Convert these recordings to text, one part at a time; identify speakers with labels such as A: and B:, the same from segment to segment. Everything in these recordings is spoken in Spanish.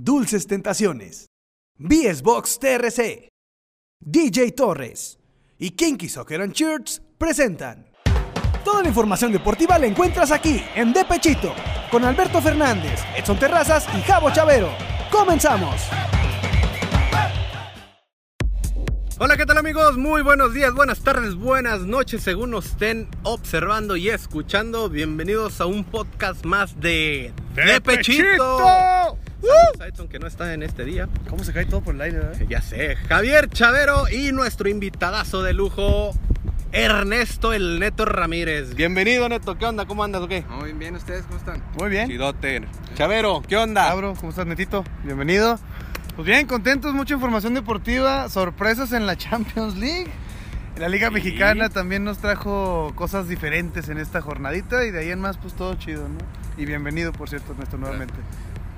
A: Dulces Tentaciones, BSBox TRC, DJ Torres y Kinky Soccer and Shirts presentan. Toda la información deportiva la encuentras aquí, en De Pechito, con Alberto Fernández, Edson Terrazas y Javo Chavero. ¡Comenzamos!
B: Hola, ¿qué tal amigos? Muy buenos días, buenas tardes, buenas noches, según nos estén observando y escuchando. Bienvenidos a un podcast más de De Pechito. Saludos a Edson, que no está en este día.
C: ¿Cómo se cae todo por el aire, verdad?
B: Ya sé, Javier Chavero y nuestro invitadazo de lujo, Ernesto el Neto Ramírez. Bienvenido, Neto. ¿Qué onda? ¿Cómo andas o qué?
D: Muy bien, ¿ustedes cómo están?
C: Muy bien.
B: Chidote. Chavero, ¿qué onda?
C: Abro, ¿cómo estás, Netito? Bienvenido. Pues bien, contentos, mucha información deportiva, sorpresas en la Champions League. La Liga
B: Sí.
C: Mexicana también nos trajo cosas diferentes en esta jornadita y de ahí en más, pues todo chido, ¿no? Y bienvenido, por cierto, Ernesto, nuevamente.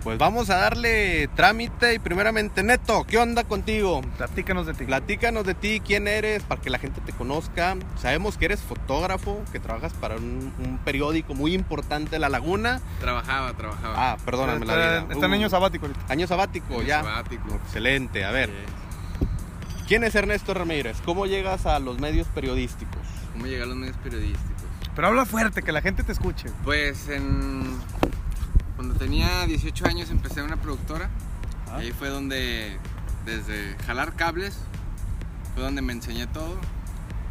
B: Pues vamos a darle trámite y primeramente, Neto, ¿qué onda contigo?
C: Platícanos de ti.
B: Platícanos de ti, quién eres, para que la gente te conozca. Sabemos que eres fotógrafo, que trabajas para un, un periódico muy importante, La Laguna.
D: Trabajaba, trabajaba.
B: Ah, perdóname la
C: Está-
B: vida.
C: Está en
B: Uh,
C: año sabático ahorita.
B: año sabático,
D: Año
B: ya.
D: sabático.
B: Excelente. A ver,
D: Eh,
B: ¿quién es Ernesto Ramírez? ¿Cómo llegas a los medios periodísticos?
D: ¿Cómo llegar a los medios periodísticos?
C: Pero habla fuerte, que la gente te escuche.
D: Pues en... cuando tenía 18 años empecé en una productora.
C: Ah.
D: Ahí fue donde, desde jalar cables, fue donde me enseñé todo.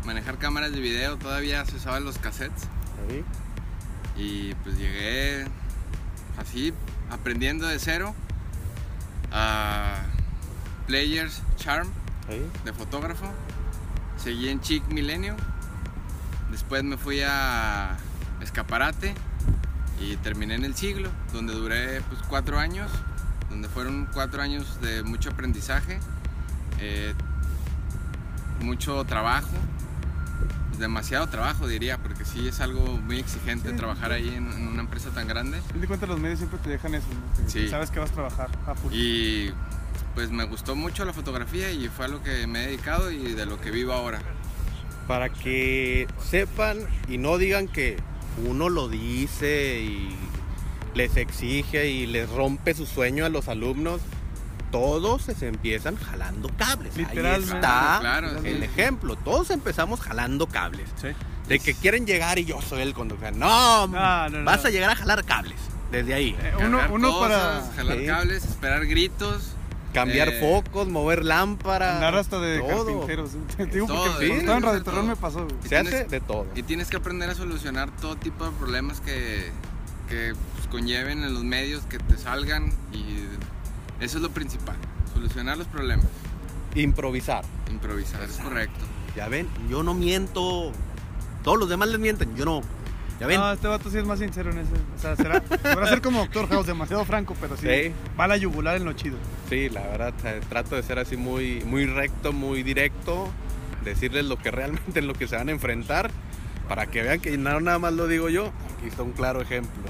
D: Manejar cámaras de video, todavía se usaban los cassettes. Y pues llegué así, aprendiendo de cero a Players Charm. de fotógrafo. Seguí en Chic Milenio. Después me fui a Escaparate y terminé en El Siglo, donde duré pues, cuatro años, donde fueron cuatro años de mucho aprendizaje, eh, mucho trabajo, demasiado trabajo diría, porque sí es algo muy exigente trabajar ahí en- en una empresa tan grande.
C: Ten de cuenta, los medios siempre te dejan eso, ¿no? Que
D: Sí.
C: Sabes que vas a trabajar a full.
D: Y pues me gustó mucho la fotografía y fue a lo que me he dedicado y de lo que vivo ahora.
B: Para que sepan y no digan que uno lo dice y les exige y les rompe su sueño a los alumnos, todos se empiezan jalando cables. Ahí
C: Literalmente.
B: está
D: Claro, claro,
B: Ah, el
D: sí.
B: ejemplo. Todos empezamos jalando cables.
C: Sí.
B: De que quieren llegar y yo soy el conductor. No,
C: No, no, no.
B: vas a llegar a jalar cables. Desde ahí.
C: Eh, uno
D: Cargar
C: uno para.
D: cosas, jalar
B: Sí.
D: cables, esperar gritos.
B: Cambiar
D: Eh,
B: focos, mover lámparas.
C: Andar hasta de
B: todo. eh.
C: carpinteros. Te digo
D: Todo,
C: porque
B: sí.
C: cuando estaba en Radio
D: Todo.
C: Terror me pasó. güey.
B: Se hace
D: Tienes-
B: de todo.
D: Y tienes que aprender a solucionar todo tipo de problemas que, que, pues, conlleven en los medios, que te salgan. Y eso es lo principal, solucionar los problemas.
B: Improvisar.
D: Improvisar, es correcto.
B: Ya ven, yo no miento. Todos los demás les mienten, yo no. Ya ven.
C: No, este vato sí es más sincero en ese. O sea, será, podrá ser como Doctor House, demasiado franco, pero sí,
B: Sí.
C: va a la yugular en lo chido.
B: Sí, la verdad, eh, trato de ser así muy, muy recto, muy directo. Decirles lo que realmente es lo que se van a enfrentar. Para que vean que no nada más lo digo yo. Aquí está un claro ejemplo.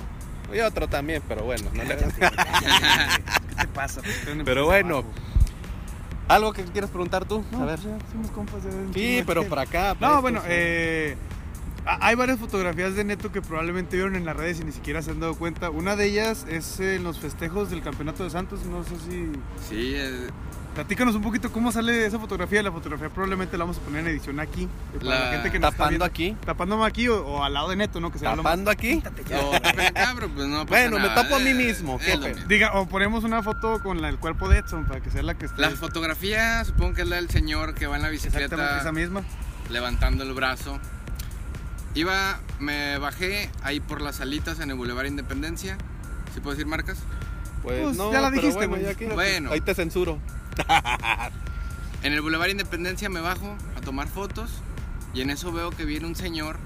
B: Y otro también, pero bueno. no le-
C: ¿Qué te pasa? ¿Por qué no
B: Pero
C: empiezas
B: bueno.
C: abajo?
B: ¿Algo que quieras preguntar tú?
C: No,
B: a ver.
C: pues ya somos compas de-
B: Sí, pero para acá. para
C: No,
B: esto,
C: bueno,
B: sí.
C: eh, ha- hay varias fotografías de Neto que probablemente vieron en las redes y ni siquiera se han dado cuenta. Una de ellas es en los festejos del Campeonato de Santos. No sé si.
D: Sí, eh,
C: Platícanos un poquito cómo sale esa fotografía. La fotografía probablemente la vamos a poner en edición aquí. eh, Para la,
D: La-
C: gente que nos está
B: Tapando
C: viendo.
B: aquí.
C: Tapándome aquí o, o al lado de Neto, ¿no? Que se vea lo más-
B: Tapando aquí.
D: lo- ah, pero, pues, no pasa
B: Bueno, me
D: nada,
B: tapo a mí
D: eh,
B: mismo,
D: es
B: jefe.
D: lo mismo.
C: Diga, o ponemos una foto con la- el cuerpo de Edson para que sea la que esté.
D: La fotografía supongo que es la del señor que va en la
C: Exactamente
D: bicicleta
C: esa misma.
D: levantando el brazo. Iba, me bajé ahí por las alitas en el Boulevard Independencia. ¿Sí puedo decir marcas?
B: Pues,
C: Pues,
B: no,
C: ya la
B: pero
C: dijiste,
B: bueno,
C: güey.
B: ya que-
D: Bueno.
B: Ahí te censuro.
D: En el Boulevard Independencia me bajo a tomar fotos y en eso veo que viene un señor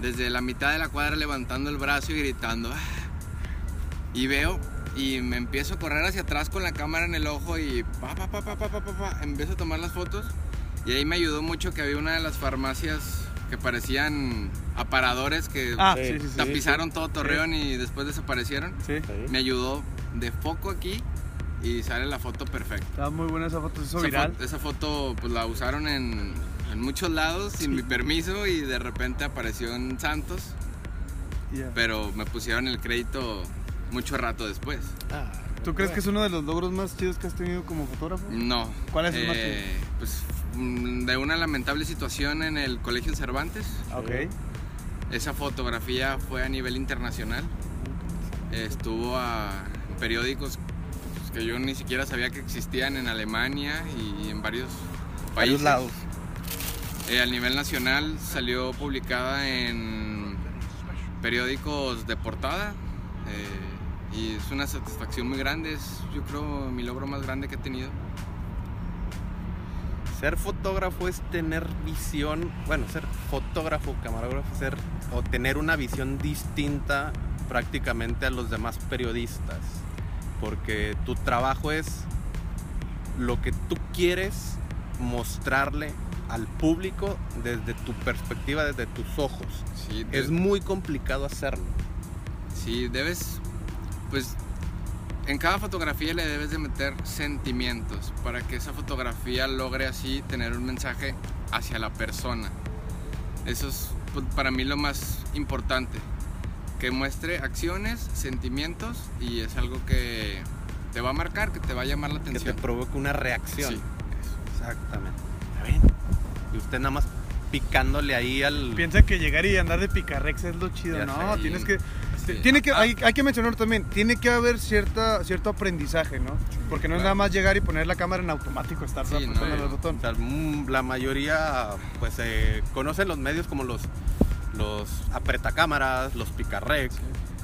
D: desde la mitad de la cuadra levantando el brazo y gritando. "Ah". Y veo y me empiezo a correr hacia atrás con la cámara en el ojo y pa, pa, pa, pa, pa, pa, pa, pa, empiezo a tomar las fotos. Y ahí me ayudó mucho que había una de las farmacias que parecían aparadores que
C: Ah,
B: Sí.
C: sí, sí, sí.
D: tapizaron todo Torreón y después desaparecieron.
C: Sí.
D: Me ayudó de foco aquí y sale la foto perfecta.
C: Estaba muy buena esa foto, se hizo
D: Esa
C: viral.
D: fo- Esa foto pues la usaron en, en muchos lados sin mi permiso y de repente apareció en Santos,
C: Y ya.
D: pero me pusieron el crédito mucho rato después.
B: Ah,
C: ¿Tú crees que es uno de los logros más chidos que has tenido como fotógrafo?
D: No.
C: ¿Cuál es el más
D: Eh, Pues mm, de una lamentable situación en el Colegio Cervantes.
C: Ah, Ok.
D: Esa fotografía fue a nivel internacional. Estuvo a en periódicos pues, que yo ni siquiera sabía que existían en Alemania y en varios países.
B: lados.
D: Eh, al nivel nacional salió publicada en periódicos de portada eh, y es una satisfacción muy grande. Es, yo creo, mi logro más grande que he tenido.
B: Ser fotógrafo es tener visión, bueno, ser fotógrafo, camarógrafo, ser o tener una visión distinta prácticamente a los demás periodistas, porque tu trabajo es lo que tú quieres mostrarle al público desde tu perspectiva, desde tus ojos.
D: Sí, de-
B: Es muy complicado hacerlo.
D: Sí, debes, pues, en cada fotografía le debes de meter sentimientos para que esa fotografía logre así tener un mensaje hacia la persona. Eso es pu- para mí lo más importante, que muestre acciones, sentimientos y es algo que te va a marcar, que te va a llamar la
B: que te
D: atención.
B: provoque una reacción.
D: Sí,
B: Exactamente. A ver, y usted nada más picándole ahí al...
C: Piensa que llegar y andar de picarrex es lo chido,
B: Ya
C: ¿no?
D: sé.
C: Tienes que.
D: Sí. Ah.
C: Tiene que hay, hay que mencionar también, tiene que haber cierta, cierto aprendizaje, ¿no? Porque no es nada
D: claro.
C: más llegar y poner la cámara en automático, estar
D: Sí,
C: apretando
D: no,
C: el
D: no.
C: botón.
B: Eh, O sea, mm, la mayoría pues eh, conocen los medios como los, los apretacámaras, los picarrex,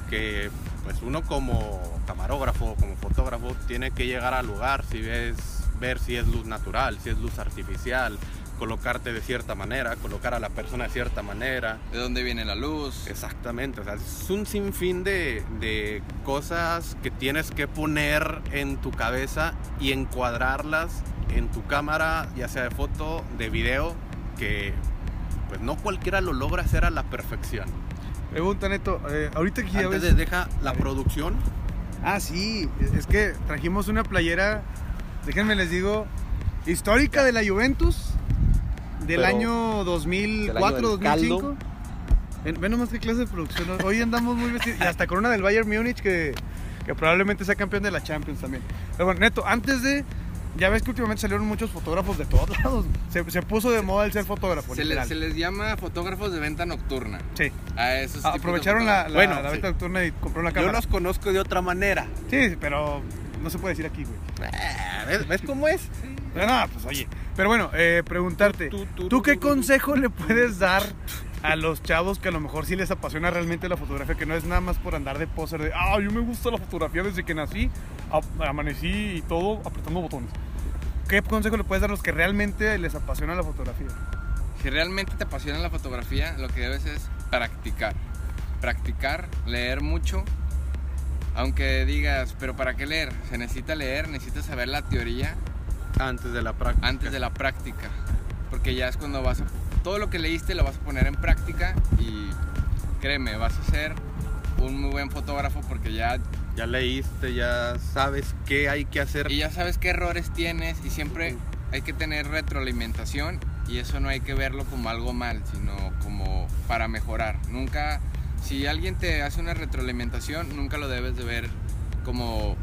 B: que pues uno como camarógrafo, como fotógrafo, tiene que llegar al lugar, si ves, ver si es luz natural, si es luz artificial, colocarte de cierta manera, colocar a la persona de cierta manera.
D: ¿De dónde viene la luz?
B: Exactamente, o sea, es un sinfín de, de cosas que tienes que poner en tu cabeza y encuadrarlas en tu cámara, ya sea de foto, de video, que pues no cualquiera lo logra hacer a la perfección.
C: Pregunta, Neto, eh, ahorita que ya
B: Antes
C: ves...
B: de deja la producción,
C: Ah, sí, es que trajimos una playera, déjenme les digo, histórica de la Juventus del
B: Pero-
C: año 2004,
B: del caldo.
C: 2005. Ven, ven nomás qué clase de producción. Hoy andamos muy vestidos. Y hasta con una del Bayern Múnich que, que probablemente sea campeón de la Champions también. Pero bueno, Neto, antes de. Ya ves que últimamente salieron muchos fotógrafos de todos lados. Se, se puso de moda el ser fotógrafo.
D: Se, le-
C: literal.
D: se les llama fotógrafos de venta nocturna.
C: Sí.
D: A esos tipos de
C: Ah, Aprovecharon la, la,
B: Bueno,
C: la
B: sí.
C: venta nocturna y compró una
B: yo
C: cámara.
B: los conozco de otra manera.
C: Sí, pero no se puede decir aquí, güey.
B: Ah, ¿Ves, ves cómo es?
C: Pero nada, pues oye. Pero bueno, eh, preguntarte,
B: Tú,
C: ¿tú,
B: tú, tú, tú,
C: qué
B: tú, tú.
C: consejo le puedes dar a los chavos que a lo mejor sí les apasiona realmente la fotografía, que no es nada más por andar de poser de, ah, yo me gusta la fotografía desde que nací, a- amanecí y todo apretando botones? ¿Qué consejo le puedes dar a los que realmente les apasiona la fotografía?
D: Si realmente te apasiona la fotografía, lo que debes es practicar. Practicar, leer mucho. Aunque digas, pero ¿para qué leer? Se necesita leer, necesitas saber la teoría
B: Antes de la práctica.
D: antes de la práctica. Porque ya es cuando vas a... Todo lo que leíste lo vas a poner en práctica y créeme, vas a ser un muy buen fotógrafo porque ya,
B: Ya leíste, ya sabes qué hay que hacer.
D: y ya sabes qué errores tienes y siempre hay que tener retroalimentación y eso no hay que verlo como algo mal, sino como para mejorar. Nunca, si alguien te hace una retroalimentación, nunca lo debes de ver como,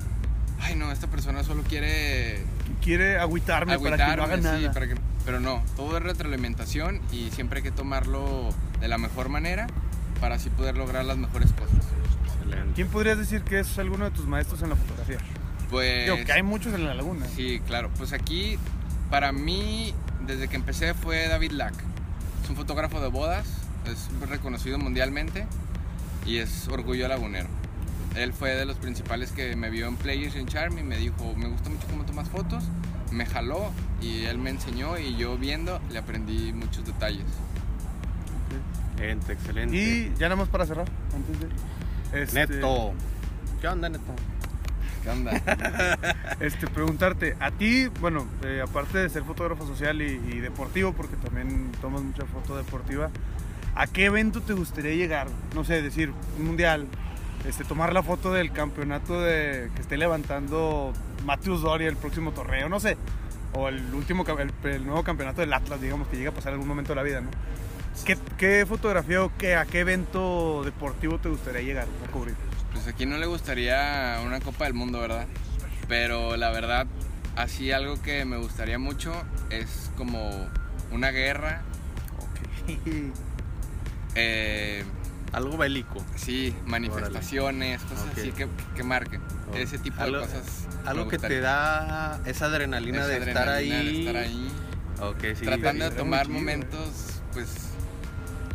D: ay no, esta persona solo quiere
C: Quiere agüitarme para que no haga
D: agüitarme, sí,
C: nada.
D: para que- pero no, todo es retroalimentación y siempre hay que tomarlo de la mejor manera para así poder lograr las mejores cosas.
B: Excelente.
C: ¿Quién podrías decir que es alguno de tus maestros en la fotografía?
D: Pues...
C: Digo, que hay muchos en la laguna.
D: Sí, claro. Pues aquí, para mí, desde que empecé fue David Lack. Es un fotógrafo de bodas, es reconocido mundialmente y es orgullo lagunero. Él fue de los principales que me vio en Players in Charm y me dijo, me gusta mucho cómo tomas fotos, me jaló y él me enseñó y yo viendo le aprendí muchos detalles.
B: Excelente, excelente.
C: Y ya nada más para cerrar, antes de... este,
B: Neto. este, ¿Qué onda, Neto?
D: ¿Qué onda?
C: Este, preguntarte, a ti, bueno, eh, aparte de ser fotógrafo social y, y deportivo, porque también tomas mucha foto deportiva, ¿a qué evento te gustaría llegar? No sé, decir, un mundial, este, tomar la foto del campeonato de, que esté levantando Mateus Doria el próximo torneo, no sé, o el, último, cam- el, el nuevo campeonato del Atlas, digamos, que llega a pasar algún momento de la vida, ¿no? ¿Qué, qué fotografía o qué, a qué evento deportivo te gustaría llegar a cubrir?
D: pues aquí no le gustaría una Copa del Mundo, ¿verdad? Pero la verdad, así algo que me gustaría mucho es como una guerra. eh,
B: Algo bélico.
D: sí, manifestaciones, cosas
B: Ok.
D: así que, que marquen.
B: Ok.
D: Ese tipo
B: Algo-
D: de cosas. me
B: Algo que te
D: gustaría.
B: da esa adrenalina
D: Esa
B: de estar
D: adrenalina de
B: ahí.
D: estar ahí,
B: Ok, sí.
D: tratando
C: está
D: de
C: muy
D: tomar
C: chido,
D: momentos, pues,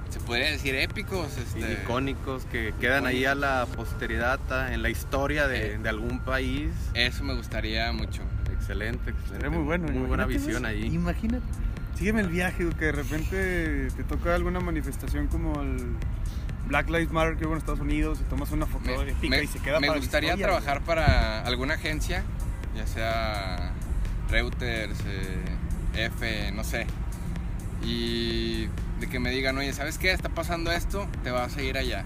D: se podría decir épicos.
B: y
D: este,
B: icónicos que quedan ahí a la posteridad, a- en la historia de,
D: Eh.
B: de algún país.
D: Eso me gustaría mucho.
B: Excelente, excelente.
C: Sería muy bueno.
B: Muy buena
C: imagínate,
B: visión
C: güey.
B: ahí.
C: Imagínate. Sígueme el viaje, güey, que de repente te toca alguna manifestación como el Black Lives Matter que hubo en Estados Unidos y tomas una foto de épica
D: me-
C: y se queda
D: me
C: para la
D: gustaría
C: historia,
D: trabajar para alguna agencia, ya sea Reuters, eh, F, no sé. Y de que me digan, oye, ¿sabes qué? Está pasando esto, te vas a ir allá.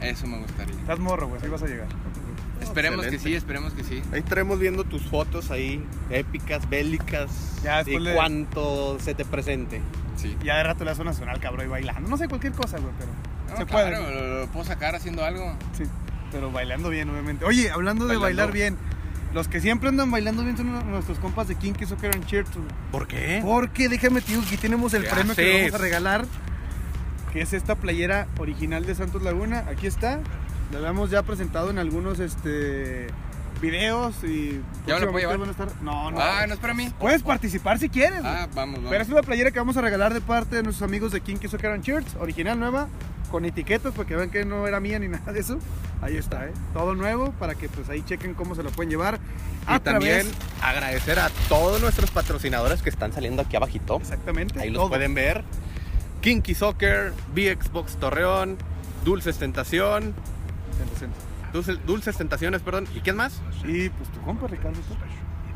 D: Eso me gustaría.
C: güey. Estás morro, güey, así vas a llegar.
D: Esperemos que
B: excelente.
D: sí, esperemos que sí.
B: Ahí estaremos viendo tus fotos ahí, épicas, bélicas.
C: Ya,
B: y
C: después le-
B: cuánto se te presente.
D: Sí.
C: Ya de rato le haces nacional, cabrón, y bailando. No sé, cualquier cosa, güey, pero
D: No,
C: se puede.
D: claro, lo, lo puedo sacar haciendo algo.
C: Sí, pero bailando bien, obviamente. Oye, hablando de
D: Bailando.
C: bailar bien, los que siempre andan bailando bien son nuestros compas de Kinky Soccer and Cheer. tú.
B: ¿Por qué?
C: Porque déjame te digo que tenemos el
B: ¿Qué
C: premio que le vamos a
B: haces?
C: regalar, que es esta playera original de Santos Laguna. Aquí está. La habíamos ya presentado en algunos este videos y
D: ¿Ya me la puedo
C: próximamente
D: llevar?
C: van a estar. No, no.
D: Ah, no es para mí.
C: Puedes participar si quieres. güey.
D: Ah, vamos,
C: Pero
D: vamos.
C: esa es la playera que vamos a regalar de parte de nuestros amigos de Kinky Soccer and Shirts, original nueva, con etiquetas, porque vean que no era mía ni nada de eso. Ahí está, ¿eh? Todo nuevo, para que pues ahí chequen cómo se lo pueden llevar.
B: Y también agradecer a todos nuestros patrocinadores que están saliendo aquí abajito.
C: Exactamente.
B: Ahí los
C: todo.
B: pueden ver. Kinky Soccer, BXbox Torreón, Dulces Tentación,
C: Siento, siento.
B: Dulce- Dulces Tentaciones, perdón. ¿Y quién más?
C: Y pues tu compa, Ricardo. tú.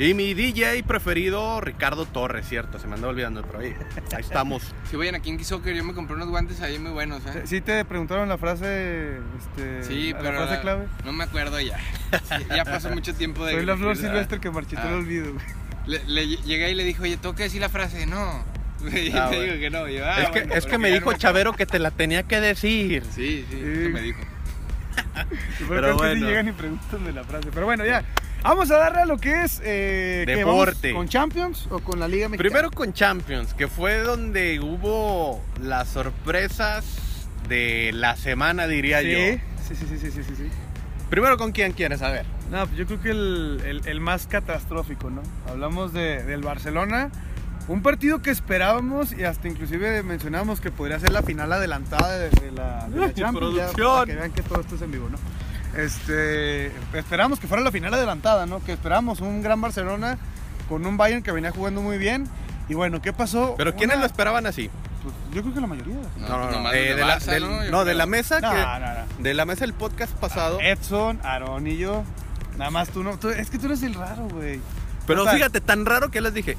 B: Y mi DJ preferido, Ricardo Torres, cierto, se me andaba olvidando, pero ahí, ahí estamos.
D: Si vayan a Kinky Soccer, yo me compré unos guantes ahí muy buenos, ¿eh?
C: Sí te preguntaron la frase, este,
D: Sí,
C: la,
D: pero
C: frase
D: la-
C: clave.
D: no me acuerdo ya. Sí, ya pasó mucho tiempo de...
C: Soy la flor este
D: de-
C: silvestre que marchitó
D: Ah.
C: el olvido. güey.
D: Le, le ll- llegué y le dijo, oye, tengo que decir la frase, no. Y
B: Ah,
D: te
B: bueno.
D: digo que no. y yo, ah,
B: es que, es
D: bueno,
B: que
D: porque
B: me
D: ya
B: dijo
D: no-
B: Chavero que te la tenía que decir.
D: Sí, sí, es que me dijo.
B: Pero
C: Pero, creo que sí
B: bueno.
C: llegan y preguntan de la frase. Pero bueno, ya. Vamos a darle a lo que es... eh, que vamos
B: Deporte.
C: ¿Con Champions o con la Liga Mexicana?
B: Primero con Champions, que fue donde hubo las sorpresas de la semana, diría
C: Sí,
B: yo.
C: sí, sí, sí, sí, sí, sí, sí.
B: Primero con quién quieres, a ver.
C: No, pues yo creo que el, el- el más catastrófico, ¿no? Hablamos de- del Barcelona, un partido que esperábamos y hasta inclusive mencionábamos que podría ser la final adelantada de, de la, de la
B: Ay,
C: Champions, ya,
B: producción.
C: para que vean que todo esto es en vivo, ¿no? Este, esperamos que fuera la final adelantada, ¿no? Que esperábamos un gran Barcelona con un Bayern que venía jugando muy bien. Y bueno, ¿qué pasó?
B: Pero ¿quiénes
C: Una-
B: lo esperaban así?
C: pues, yo creo que la mayoría.
D: No, pues nomás
B: eh,
D: los
B: de, la,
D: Barça,
B: del-
D: ¿no? Yo
B: no, de
D: creo.
B: la mesa
C: No,
B: Ah, que,
C: no, no.
B: De la mesa del podcast pasado.
C: Ah, Edson, Aarón y yo. Nada más tú no. tú- es que tú eres el raro, güey.
B: Pero
C: o sea-
B: fíjate, tan raro que les dije,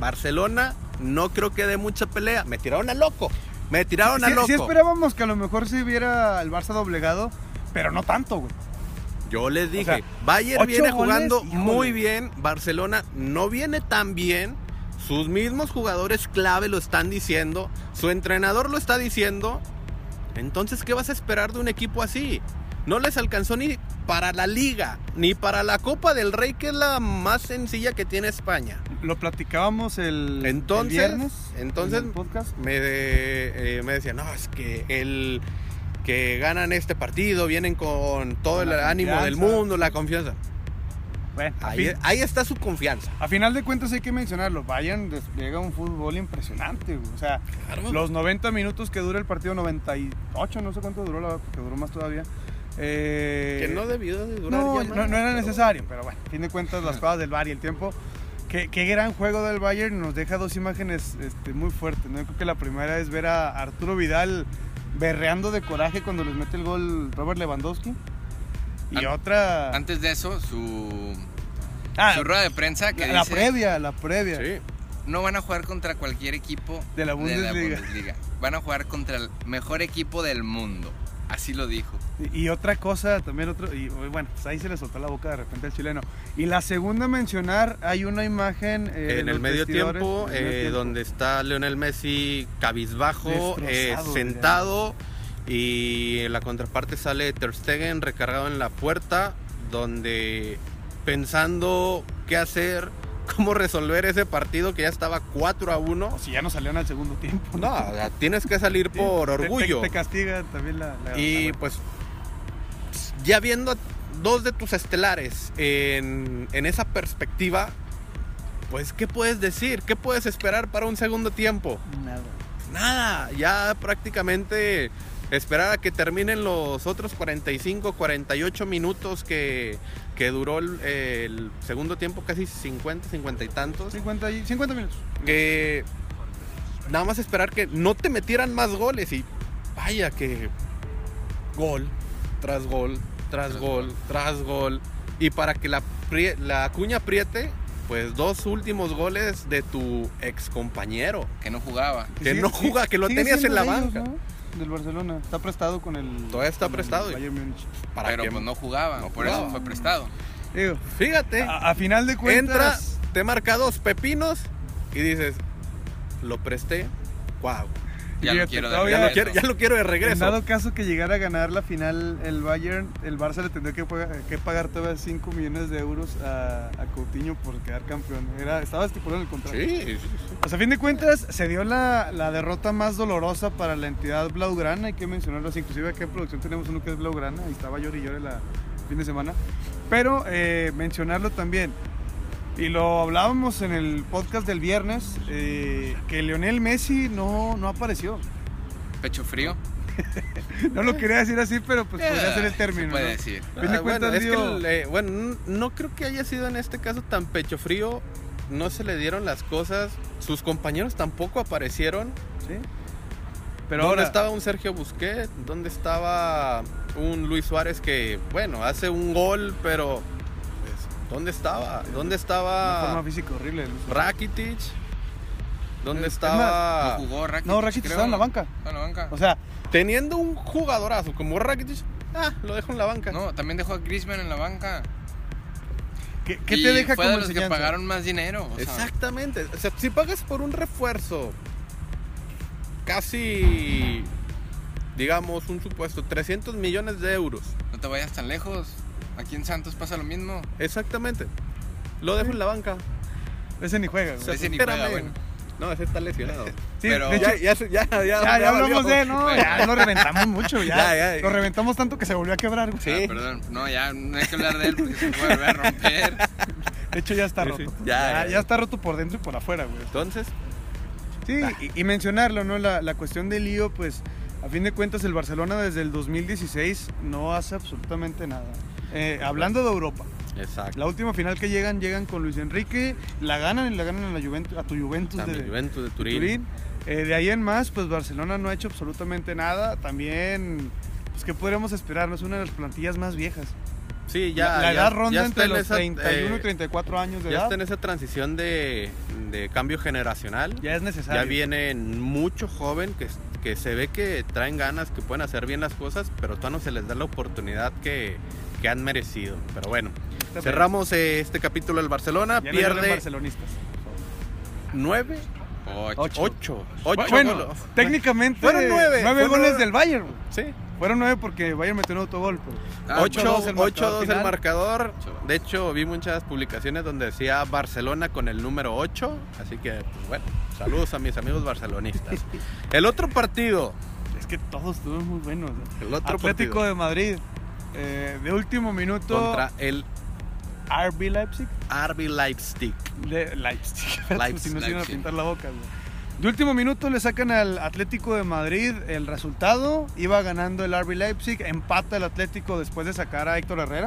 B: Barcelona no creo que dé mucha pelea. Me tiraron a loco. Me tiraron a
C: Sí,
B: loco.
C: sí esperábamos que a lo mejor se viera el Barça doblegado, pero no tanto, güey.
B: Yo les dije,
C: sea,
B: Bayern
C: ocho
B: viene
C: goles,
B: jugando
C: híjole.
B: muy bien, Barcelona no viene tan bien. Sus mismos jugadores clave lo están diciendo, su entrenador lo está diciendo. Entonces, ¿qué vas a esperar de un equipo así? No les alcanzó ni para la liga, ni para la Copa del Rey, que es la más sencilla que tiene España.
C: Lo platicábamos el,
B: Entonces,
C: el viernes.
B: entonces-
C: en el podcast.
B: me, de- eh, me decían, no, es que el que ganan este partido vienen con todo
C: Con
B: el
C: la
B: ánimo del
C: confianza.
B: mundo, la confianza.
C: Bueno, a,
B: Ahí,
C: fin-
B: ahí está su confianza.
C: a final de cuentas hay que mencionarlo. Bayern despliega un fútbol impresionante, güey. O sea, los 90 minutos que dura el partido, 98, no sé cuánto duró, la verdad, porque duró más todavía. Eh,
B: que no debió de durar.
C: No,
B: ya
C: no,
B: más,
C: no era
B: pero-
C: necesario, pero bueno, a fin de cuentas las cosas del VAR y el tiempo. Qué, qué gran juego del Bayern nos deja dos imágenes este, muy fuertes. ¿no? Yo creo que la primera es ver a Arturo Vidal berreando de coraje cuando les mete el gol Robert Lewandowski. Y
D: An-
C: otra...
D: Antes de eso, su,
C: Ah,
D: su rueda de prensa que
C: la, la
D: dice,
C: previa, la previa.
B: Sí.
D: no van a jugar contra cualquier equipo
C: De la Bundesliga.
D: Bundesliga. Van a jugar contra el mejor equipo del mundo. Así lo dijo.
C: Y, y otra cosa, también otro... Y bueno, pues ahí se le soltó la boca de repente al chileno. Y la segunda a mencionar, hay una imagen... eh, de
B: En el
C: los
B: medio
C: vestidores,
B: tiempo,
C: en el medio
B: eh,
C: tiempo.
B: donde está Leonel Messi cabizbajo, eh,
C: Destrozado,
B: sentado, Y en la contraparte sale Ter Stegen recargado en la puerta, donde pensando qué hacer, cómo resolver ese partido que ya estaba 4 a 1.
C: Si ya no salieron al segundo tiempo.
B: No, o sea, tienes que salir
C: Sí,
B: por
C: te- te-
B: orgullo.
C: Te, castiga también la. la-
B: Y
C: la-
B: pues ya viendo a dos de tus estelares en, en esa perspectiva, pues ¿qué puedes decir? ¿Qué puedes esperar para un segundo tiempo?
C: Nada.
B: Nada, ya prácticamente esperar a que terminen los otros 45, 48 minutos que, que duró el, el segundo tiempo, casi 50, 50 y tantos.
C: 50, y- 50 minutos.
B: Que nada más esperar que no te metieran más goles y vaya que gol tras gol tras gol tras gol y para que la, prie- la cuña apriete pues dos últimos goles de tu ex compañero
D: que no jugaba.
B: Que no juega, que lo
C: sigue
B: tenías en
C: siendo
B: la
C: de
B: banca.
C: ¿no? Del Barcelona. Está prestado con el.
B: Todavía está
C: con el
B: prestado.
C: Bayern Múnich.
B: para
D: pero
B: que
D: pues no jugaba,
B: no
D: por
B: jugaba.
D: eso fue prestado.
C: Digo,
B: fíjate
C: a, a final de
B: entra
C: Ah, cuentas.
B: te marca dos pepinos y dices lo presté wow
D: Ya
C: Fíjate,
D: lo quiero de
C: todavía-
B: ya lo
D: regreso.
B: quiero, ya lo quiero de
C: En dado
B: regreso
C: caso que llegara a ganar la final el Bayern, el Barça le tendría que, pagar- que pagar todavía 5 millones de euros a, a Coutinho por quedar campeón. Era, estaba estipulado en el contrato.
B: sí
C: Pues a fin de cuentas, se dio la, la derrota más dolorosa para la entidad Blaugrana, hay que mencionarlo así. Inclusive aquí en producción tenemos uno que es Blaugrana, y estaba llori y llore la el fin de semana. Pero eh, mencionarlo también, y lo hablábamos en el podcast del viernes, eh, que Lionel Messi no, no apareció.
D: Pecho frío. Ah,
C: No lo quería decir así, pero pues podría ser el
D: Eh, Se
C: término.
D: puede
C: ¿no?
D: decir.
C: A fin de
B: Ah,
C: cuentas,
B: bueno, es que
C: digo-
B: el, eh, bueno, n- no creo que haya sido en este caso tan pecho frío. No se le dieron las cosas. Sus compañeros tampoco aparecieron.
C: Sí.
B: Pero ¿Dónde estaba un Sergio Busquets? ¿Dónde estaba un Luis Suárez que, bueno, hace un gol, pero pues, ¿dónde estaba? ¿Dónde
C: Una forma
B: estaba
C: física horrible. Luis.
B: Rakitic? ¿Dónde
C: Es- es
D: No
B: Ah. estaba?
D: jugó Rakitic.
C: No, Rakitic
D: creo.
C: estaba en la banca.
D: Estaba en la banca.
C: O sea,
B: Teniendo un jugadorazo como Rakitic, ah, lo dejo en la banca.
D: no, también dejó a Griezmann en la banca.
C: ¿qué, qué
D: Y
C: te deja
D: fue
C: como
D: de los que
C: enseñanza?
D: pagaron más dinero. o sea,
B: Exactamente. O sea, si pagas por un refuerzo casi, digamos, un supuesto, 300 millones de euros.
D: no te vayas tan lejos. Aquí en Santos pasa lo mismo.
B: Exactamente. Lo dejo en la banca.
C: Ese ni juega. güey.
B: O sea,
D: Ese ni
B: espérame.
D: juega, bueno.
B: No, ese está lesionado.
C: Sí,
D: pero-
C: de hecho,
B: ya, ya, ya, ya,
C: Ya, ya
B: valió.
C: hablamos de él, ¿no?
D: Bueno.
C: Ya lo reventamos mucho, ya.
B: Ya, ya.
C: Lo reventamos tanto que se volvió a quebrar, güey.
B: Sí.
D: Ah, perdón. No, ya no hay que hablar de él porque se puede volver a romper.
C: De hecho, ya está
B: Sí,
C: roto.
B: sí.
C: Ya,
B: Ya,
C: ya,
B: ya.
C: está roto por dentro y por afuera, güey. Ah.
B: Entonces,
C: Sí, y, y mencionarlo, ¿no? La, la cuestión del lío, pues, a fin de cuentas, el Barcelona desde el 2016 no hace absolutamente nada. Eh, hablando de Europa,
B: exacto.
C: la última final que llegan, llegan con Luis Enrique, la ganan y la ganan a, la Juventus, a tu Juventus
B: La
C: de,
B: Juventus de Turín.
C: Turín. Eh, de ahí en más, pues Barcelona no ha hecho absolutamente nada. También, pues, ¿qué podríamos esperar? No es una de las plantillas más viejas.
B: Sí, ya.
C: la, la
B: ya-
C: edad ronda
B: ya está
C: entre
B: en
C: los
B: esa,
C: 31 y
B: eh,
C: 34 años de
B: Ya
C: edad.
B: está en esa transición de, de cambio generacional.
C: ya es necesario.
B: Ya vienen mucho joven que, que se ve que traen ganas, que pueden hacer bien las cosas, pero todavía no se les da la oportunidad que, que han merecido. Pero bueno,
C: Está bien.
B: cerramos eh, este capítulo del Barcelona.
C: Ya no lloren
B: pierde
C: barcelonistas.
B: 9,
D: Ocho.
B: 8,
C: bueno, técnicamente
B: Fueron nueve, fueron
C: goles
B: nueve.
C: del Bayern. güey.
B: Sí,
C: Fueron nueve porque Bayern metió un autogol. pero-
D: Ah,
B: 8-2 el,
C: marcador final.
B: marcador. De hecho, vi muchas publicaciones donde decía Barcelona con el número 8. Así que, pues, bueno, saludos a mis amigos barcelonistas. El otro partido.
C: Es que todos estuvieron muy buenos. ¿no?
B: El otro
C: Atlético
B: partido
C: de Madrid. eh, de último minuto.
B: contra el
C: RB Leipzig.
B: RB Leipzig.
C: Le- Leipzig.
B: Leipzig,
C: si no se iban a
D: Leipzig.
C: pintar la boca, güey. De último minuto le sacan al Atlético de Madrid el resultado. Iba ganando el RB Leipzig. Empata el Atlético después de sacar a Héctor Herrera.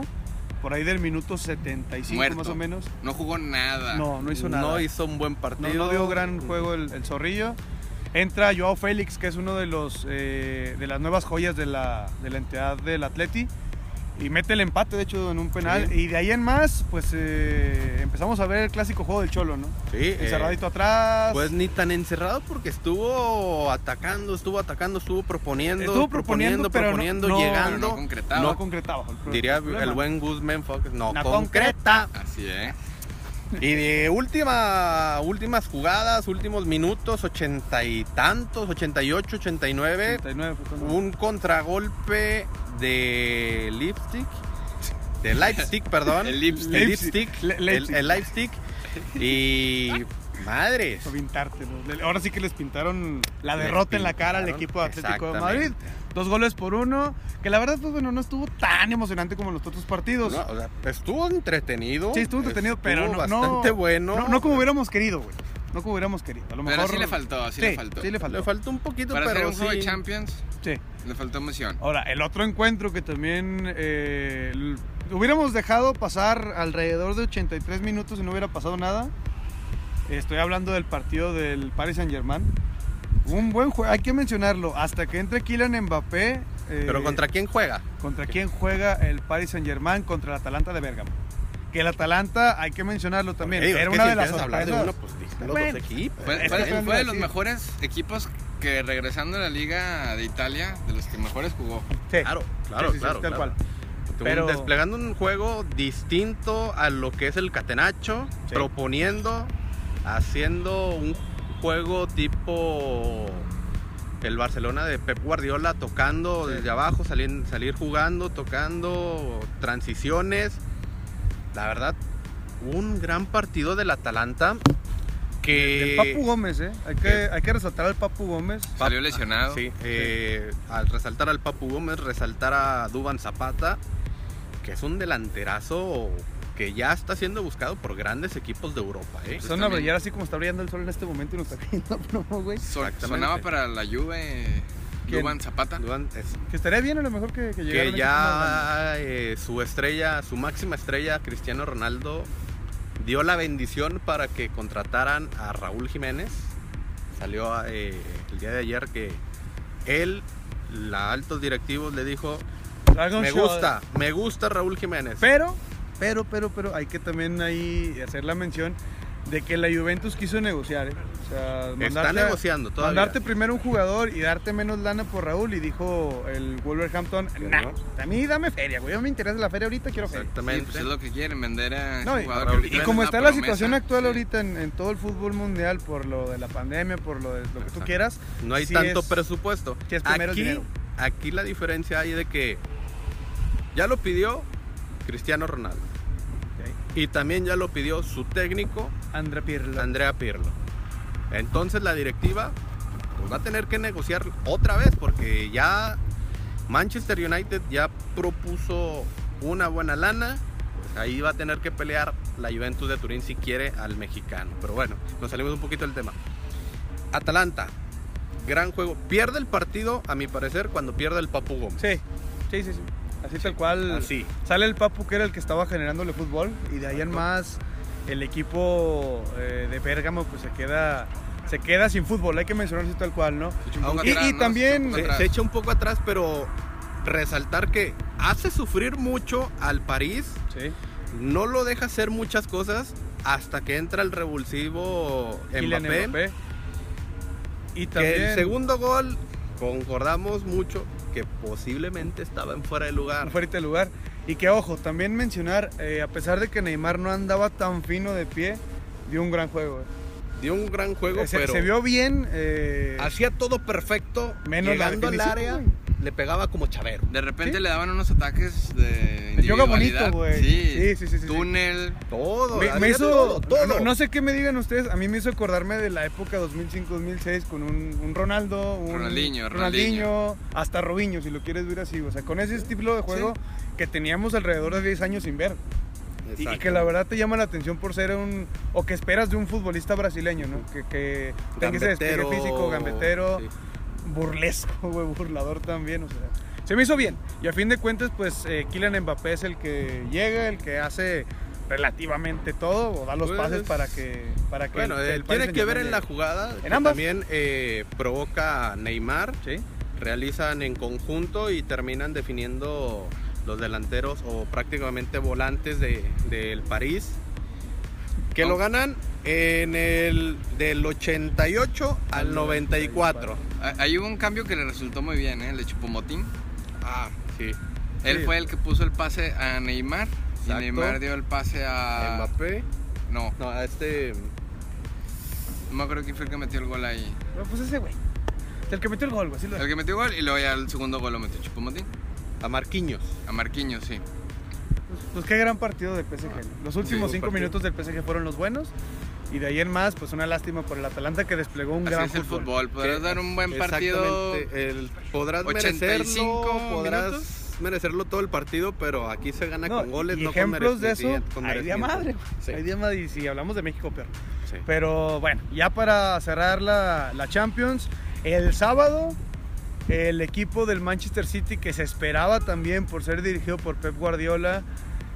C: Por ahí del minuto 75
D: Muerto.
C: más o menos.
D: No jugó nada.
C: No, no hizo nada.
B: Ah, No hizo un buen
C: No,
B: partido.
C: no dio gran juego el, el zorrillo. Entra Joao Félix, que es uno de los eh, de las nuevas joyas de la, de la entidad del Atleti. Y mete el empate, de hecho, en un penal.
B: Sí.
C: Y de ahí en más, pues eh, empezamos a ver el clásico juego del Cholo, ¿no?
B: Sí, eh,
C: Encerradito atrás.
B: pues ni tan encerrado porque estuvo atacando, estuvo atacando, estuvo proponiendo.
C: Estuvo proponiendo, pero no-
B: proponiendo,
C: no-
D: Pero
B: llegando.
D: no concretaba.
C: no concretaba. el pro-
B: diría
C: problema.
B: el buen Guzmán Fox, no
C: No
B: concreta.
D: Así, ¿eh?
B: Y de última, últimas jugadas, últimos minutos, ochenta y tantos, 88, 89,
C: 39 fue cuando-
B: eh, un contragolpe de Lipstick. De Leipzig, perdón.
D: El Leipzig.
B: El Leipzig.
C: Le-
B: El,
C: Leipzig.
B: el Leipzig. Y. Madres.
C: Fue pintarte, ¿no? Le- Ahora sí que les pintaron la
B: Les
C: derrota en la cara al
B: pintaron,
C: equipo de Atlético de Madrid.
B: exactamente.
C: Dos goles por uno, que la verdad, pues bueno, no estuvo tan emocionante como los otros partidos.
B: No, o sea, estuvo entretenido.
C: sí, estuvo entretenido,
B: estuvo
C: pero no.
B: Bastante
C: no,
B: bueno.
C: No, no como hubiéramos querido, güey. No como hubiéramos querido. A lo
D: Pero
C: mejor.
D: sí le faltó, sí, le faltó.
C: Sí, le faltó.
B: Le faltó un poquito,
D: Para hacer
B: pero
D: un juego de
B: sí.
D: Champions,
C: Sí.
D: le faltó emoción.
C: Ahora, el otro encuentro que también eh, l- hubiéramos dejado pasar alrededor de 83 minutos y no hubiera pasado nada. Estoy hablando del partido del Paris Saint Germain. Un buen juego, hay que mencionarlo. Hasta que entre Kylian Mbappé. eh,
B: Pero ¿contra quién juega?
C: ¿Contra quién juega el Paris Saint Germain? Contra el Atalanta de Bérgamo. Que el Atalanta, hay que mencionarlo también.
B: Te digo, es
C: era
B: que
C: una
B: si
C: de las
B: empiezas a hablar de
C: sorpresas.
B: uno, pues, dije, los
C: Bueno.
B: dos equipos.
D: Fue,
C: Es
D: fue-
C: que fue
D: fue
C: algo
D: de los
C: así.
D: mejores equipos que regresando a la Liga de Italia, de los que mejores jugó.
C: Sí.
B: Claro, claro,
C: Sí, sí, sí,
B: claro.
C: tal
B: claro.
C: cual.
B: Tuvo un-
C: Pero-
B: Desplegando un juego distinto a lo que es el catenacho,
C: Sí.
B: proponiendo, haciendo un juego tipo el Barcelona de Pep Guardiola, tocando desde abajo, salir, salir jugando, tocando transiciones. La verdad, un gran partido del Atalanta que...
C: El Papu Gómez, ¿eh? Hay que, hay que resaltar al Papu Gómez.
B: Pap-
D: Salió lesionado.
B: Sí, eh, al resaltar al Papu Gómez, resaltar a Duban Zapata, que es un delanterazo que ya está siendo buscado por grandes equipos de Europa. ¿eh?
C: Son
D: Pues
C: a
D: también-
C: brillar así como está brillando el sol en este momento y nos está cayendo plomo, güey.
D: Son-
B: Exactamente.
D: sonaba para la Juve
C: ¿Quién?
D: Duban Zapata. pues,
B: Duván es-
C: Que estaría bien a lo mejor que, que llegara
B: que
C: un equipo más
B: ya
C: grande.
B: eh, su estrella, su máxima estrella, Cristiano Ronaldo, dio la bendición para que contrataran a Raúl Jiménez. Salió eh, el día de ayer que él, la altos directivos, le dijo,
C: Traiga un
B: me
C: shot.
B: gusta, me gusta Raúl Jiménez.
C: Pero, pero, pero, pero, hay que también ahí hacer la mención de que la Juventus quiso negociar, ¿eh? O sea,
B: Está
C: mandarte,
B: negociando todavía.
C: mandarte primero un jugador y darte menos lana por Raúl. Y dijo el Wolverhampton,
B: Que
C: nah,
B: no.
C: a mí dame feria, güey. No me interesa la feria ahorita, quiero feria.
D: Sí,
B: Exactamente.
D: pues es lo que quieren vender a
C: No,
D: ese
B: y
C: y,
D: jugador que ahorita
C: y
D: es
C: como
D: una
C: está la
D: promesa,
C: situación actual
D: sí.
C: ahorita en, en todo el fútbol mundial, por lo de la pandemia, por lo de lo que tú
B: Exacto.
C: quieras,
B: no hay
C: sí
B: tanto
C: es-
B: presupuesto.
C: sí es primero el
B: aquí,
C: dinero.
B: aquí la diferencia hay de que ya lo pidió Cristiano Ronaldo
C: Ok.
B: y también ya lo pidió su técnico
C: André Pirlo.
B: Andrea Pirlo. Entonces la directiva pues, va a tener que negociar otra vez porque ya Manchester United ya propuso una buena lana. Pues, ahí va a tener que pelear la Juventus de Turín si quiere al mexicano. Pero bueno, nos salimos un poquito del tema. Atalanta, gran juego. Pierde el partido, a mi parecer, cuando pierde el Papu Gómez.
C: Sí, sí, sí, sí. Así tal cual.
B: Así.
C: Sale el Papu que era el que estaba generándole fútbol y de ahí en
B: Exacto.
C: más el equipo eh, de Bérgamo pues se queda se queda sin fútbol, hay que mencionar así tal cual, ¿no?
D: Se echa un poco
B: Aunque-
D: atrás,
C: y- y
D: ¿no?
C: también-
D: Se
B: Se,
D: echa un poco atrás.
B: se echa un poco atrás, pero resaltar que hace sufrir mucho al París
C: Sí.
B: no lo deja hacer muchas cosas hasta que entra el revulsivo
C: Kylian
B: Mbappé.
C: Mbappé. Y
B: Que
C: también
B: el segundo gol, concordamos mucho que posiblemente estaba en fuera de lugar.
C: fuera de lugar y que ojo, también mencionar eh, a pesar de que Neymar no andaba tan fino de pie, dio un gran juego. eh.
B: Dio un gran juego,
C: se,
B: pero
C: se vio bien eh,
B: hacía todo perfecto,
C: Menos la
B: llegando al
C: definición,
B: área,
C: güey.
B: le pegaba como chavero.
D: De repente
C: ¿Sí?
D: le daban unos ataques de
C: El yoga bonito,
D: individualidad.
C: güey. Sí,
D: Sí,
C: sí, sí, sí, sí.
D: Túnel.
B: Todo,
C: Me,
B: hacía
C: me hizo,
B: todo, todo.
C: No, no sé qué me digan ustedes, a mí me hizo acordarme de la época 2005-2006 con un, un Ronaldo, un
D: Ronaldinho,
C: Ronaldinho, hasta Robinho, si lo quieres ver así. O sea, con ese estilo de juego que teníamos alrededor de 10 años sin ver. Y, y
B: Exacto.
C: que la verdad te llama la atención por ser un... o que esperas de un futbolista brasileño, ¿no? Que, que tenga ese despliegue
B: Gambetero,
C: físico, gambetero,
B: sí.
C: burlesco, güey, burlador también, o sea. Se me hizo bien. Y a fin de cuentas, pues, eh, Kylian Mbappé es el que llega, el que hace relativamente todo, o da los
B: Pues,
C: pases para que... Para que
B: Bueno,
C: el-
B: eh,
C: el Paris
B: tiene que ver en la
C: Saint-Germain
B: jugada. que
C: ambas.
B: También eh, provoca a Neymar.
C: llegue. Sí.
B: realizan en conjunto y terminan definiendo los delanteros o prácticamente volantes de- del París. Que lo ganan en el del 88 al 94.
D: Ah, Ahí hubo un cambio que le resultó muy bien, ¿eh? El de Chupomotín.
B: Ah, sí.
D: Él
C: Sí.
D: fue el que puso el pase a Neymar.
B: Exacto.
D: Y Neymar dio el pase a
B: Mbappé.
D: No,
B: No, a este.
D: no me acuerdo quién fue el que metió el gol ahí.
C: No, pues ese güey. El que metió el gol, güey. Sí lo
D: El que metió gol y luego ya el segundo gol lo metió Chupomotín.
B: A Marquinhos.
D: A Marquinhos, sí.
C: Pues, pues qué gran partido del PSG. ¿no? Los
B: Ah,
C: últimos
B: Sí,
C: cinco
B: buen partido.
C: minutos del PSG fueron los buenos. Y de ahí en más, pues una lástima por el Atalanta que desplegó un
D: Así
C: gran
D: es el fútbol. Podrás
B: Que-
D: dar un buen partido.
B: Exactamente, el- podrás
D: 85
B: merecerlo, podrás
D: minutos.
B: merecerlo todo el partido, pero aquí se gana
C: No,
B: con goles,
C: y
B: no con
C: ejemplos de eso,
B: merecimiento- con
C: hay día
B: merecimiento.
C: madre. güey.
B: Sí,
C: Hay día madre. Y si hablamos de México, peor.
B: sí.
C: Pero bueno, ya para cerrar la, la Champions, el sábado el equipo del Manchester City que se esperaba también por ser dirigido por Pep Guardiola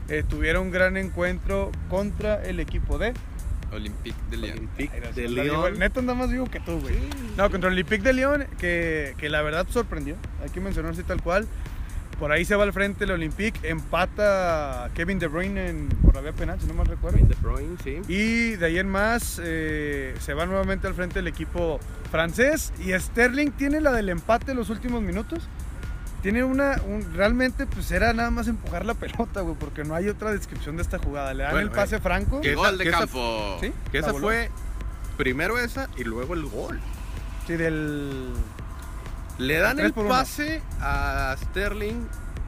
C: eh, tuviera un gran encuentro contra el equipo de
D: Olympique de Lyon.
B: Olympique
C: Ay,
B: de
C: la-
B: León.
C: Neto anda más vivo que tú, güey. No, contra el Olympique de León, que, que la verdad sorprendió. Hay que mencionarse tal cual. Por ahí se va al frente el Olympique, empata Kevin De Bruyne en- por la vía penal, si no mal recuerdo.
B: Kevin De Bruyne, sí.
C: Y de ahí en más eh, se va nuevamente al frente el equipo francés. Y Sterling tiene la del empate en los últimos minutos. Tiene una. un- realmente, pues era nada más empujar la pelota, güey, porque no hay otra descripción de esta jugada. Le dan
B: Bueno,
C: el pase franco.
B: que esa-
D: Gol de
B: que esa-
D: campo.
C: ¿Sí?
B: Que
C: la
B: esa
C: voló.
B: fue primero esa y luego el gol.
C: Sí, del.
B: Le dan
C: Tres
B: el
C: por uno.
B: pase a Sterling,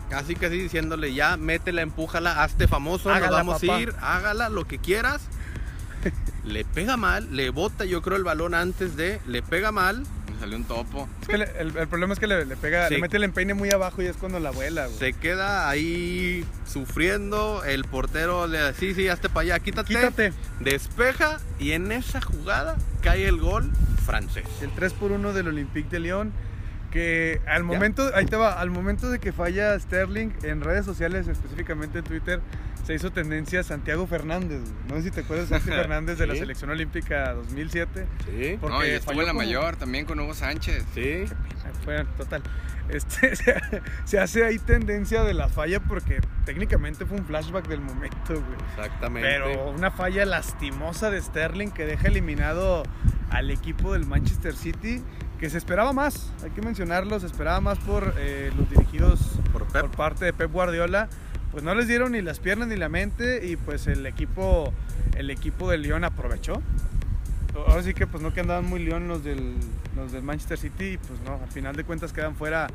B: casi casi diciéndole ya, métela, empújala, hazte famoso, nos
C: Hágala,
B: vamos
C: papá.
B: a ir, hágala lo que quieras. le pega mal, le bota yo creo el balón antes de, le pega mal,
D: Me salió un topo.
C: Es que le- el, el problema es que le, le pega,
B: Sí.
C: le mete el empeine muy abajo y es cuando la vuela, güey.
B: se queda ahí sufriendo, el portero le dice, sí, sí, hazte para allá, quítate,
C: Quítate.
B: despeja y en esa jugada cae el gol francés.
C: El 3 por 1 del Olympique de Lyon. Que al momento, ahí te va, al momento de que falla Sterling en redes sociales, específicamente en Twitter, se hizo tendencia a Santiago Fernández. güey. No sé si te acuerdas de Santiago Fernández de la
B: Sí.
C: selección olímpica 2007.
B: Sí,
C: Porque
D: no, y estuvo
C: falló
D: en la
C: como-
D: mayor también con Hugo Sánchez.
B: sí.
C: Ah, Bueno, total. Este, se, se hace ahí tendencia de la falla porque técnicamente fue un flashback del momento, güey.
B: Exactamente.
C: Pero una falla lastimosa de Sterling que deja eliminado al equipo del Manchester City, que se esperaba más, hay que mencionarlo, se esperaba más por eh, los dirigidos
B: por Pep.
C: por parte de Pep Guardiola. Pues no les dieron ni las piernas ni la mente y pues el equipo, el equipo de Lyon aprovechó. Ahora sí que pues no que andaban muy Lyon los del, los del Manchester City y pues no, al final de cuentas quedan fuera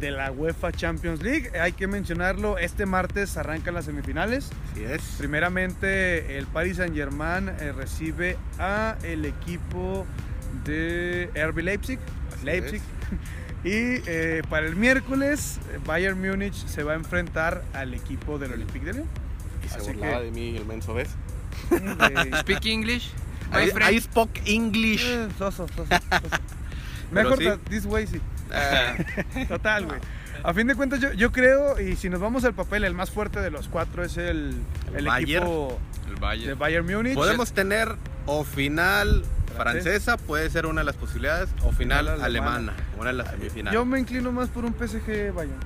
C: de la UEFA Champions League. Hay que mencionarlo, este martes arrancan las semifinales.
B: Así es.
C: Primeramente, el Paris Saint Germain recibe a el equipo de RB Leipzig.
B: Así
C: Leipzig. Y eh, para el miércoles, Bayern Múnich se va a enfrentar al equipo del Olympique de Lyon.
B: Y se
C: Así
B: burlaba
C: que-
B: de mí el menso, ¿ves?
C: Eh,
D: Speak English. my
B: I,
D: friend.
B: I spoke English.
C: eh, soso, soso, soso. Mejor
B: sí.
C: that- this way, sí.
D: Ah,
C: Total, güey. A fin de cuentas, yo, yo creo, y si nos vamos al papel, el más fuerte de los cuatro es el,
B: El
C: el
B: Bayern.
C: equipo
D: el
C: de
D: Valle.
C: Bayern Múnich.
B: Podemos tener o final
C: Francés.
B: francesa, puede ser una de las posibilidades, o final
C: Final alemana.
B: alemana, una de las semifinales.
C: Yo me inclino más por un PSG Bayern.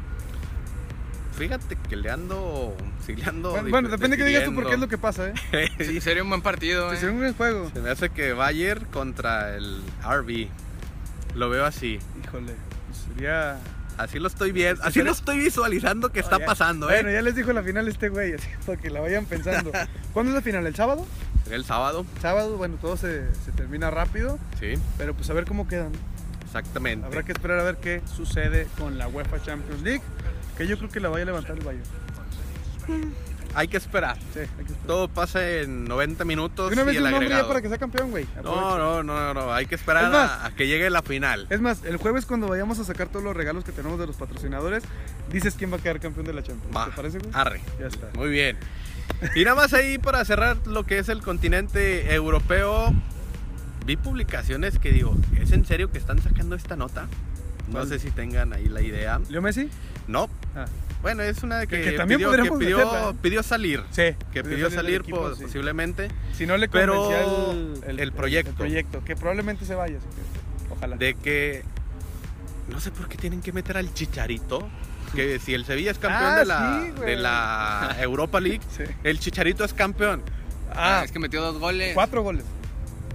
B: Fíjate que le ando. Sí, le ando
C: Bueno,
B: dif-
C: bueno, depende que digas tú porque es lo
B: decidiendo.
C: que pasa, ¿eh?
D: Sí, sería un buen partido,
C: Si
D: eh.
C: se un gran juego.
B: Se me hace que Bayer contra el RB. Lo veo así.
C: Híjole, pues sería...
B: Así lo estoy viendo. Así lo estoy visualizando que está
C: Oye,
B: pasando,
C: Bueno,
B: ¿eh?
C: Oh, ya les dijo la final este güey, así para que la vayan pensando. ¿Cuándo es la final? ¿El sábado?
B: El sábado.
C: Sábado, bueno, todo se, se termina rápido,
B: Sí,
C: pero pues a ver cómo quedan.
B: exactamente.
C: Habrá que esperar a ver qué sucede con la UEFA Champions League, que yo creo que la vaya a levantar el Bayern.
B: Hay que esperar.
C: Sí, hay que esperar.
B: Todo pasa en 90 minutos.
C: De Una vez
B: y
C: un
B: el
C: nombre ya
B: agregado.
C: para que sea campeón, güey.
B: No,
C: Aprovecha.
B: no, no, no, hay que esperar
C: Es más-
B: a, a que llegue la final.
C: Es más, el jueves cuando vayamos a sacar todos los regalos que tenemos de los patrocinadores, dices quién va a quedar campeón de la Champions.
B: Va, Ah.
C: ¿Te parece, güey?
B: Arre.
C: Ya está.
B: Muy bien. Y nada más ahí para cerrar lo que es el continente europeo, vi publicaciones que digo, ¿es en serio que están sacando esta nota? No
C: ¿Cuál?
B: sé si tengan ahí la idea.
C: ¿Leo Messi?
B: No.
C: Ah.
B: Bueno, es una de que,
C: Que- que también
B: pidió,
C: podríamos
B: que pidió-
C: meterla, ¿eh?
B: pidió salir.
C: Sí.
B: Que pidió salir po- posiblemente.
C: Si no le
B: Pero
C: convencía el,
B: el proyecto.
C: el proyecto, que probablemente se vaya. así que Ojalá.
B: De que no sé por qué tienen que meter al chicharito. Que si el Sevilla es campeón
C: Ah,
B: de, la,
C: sí, güey.
B: de la Europa League,
C: Sí.
B: el chicharito es campeón.
D: Ah,
C: Ah,
D: es que metió dos goles.
C: cuatro goles.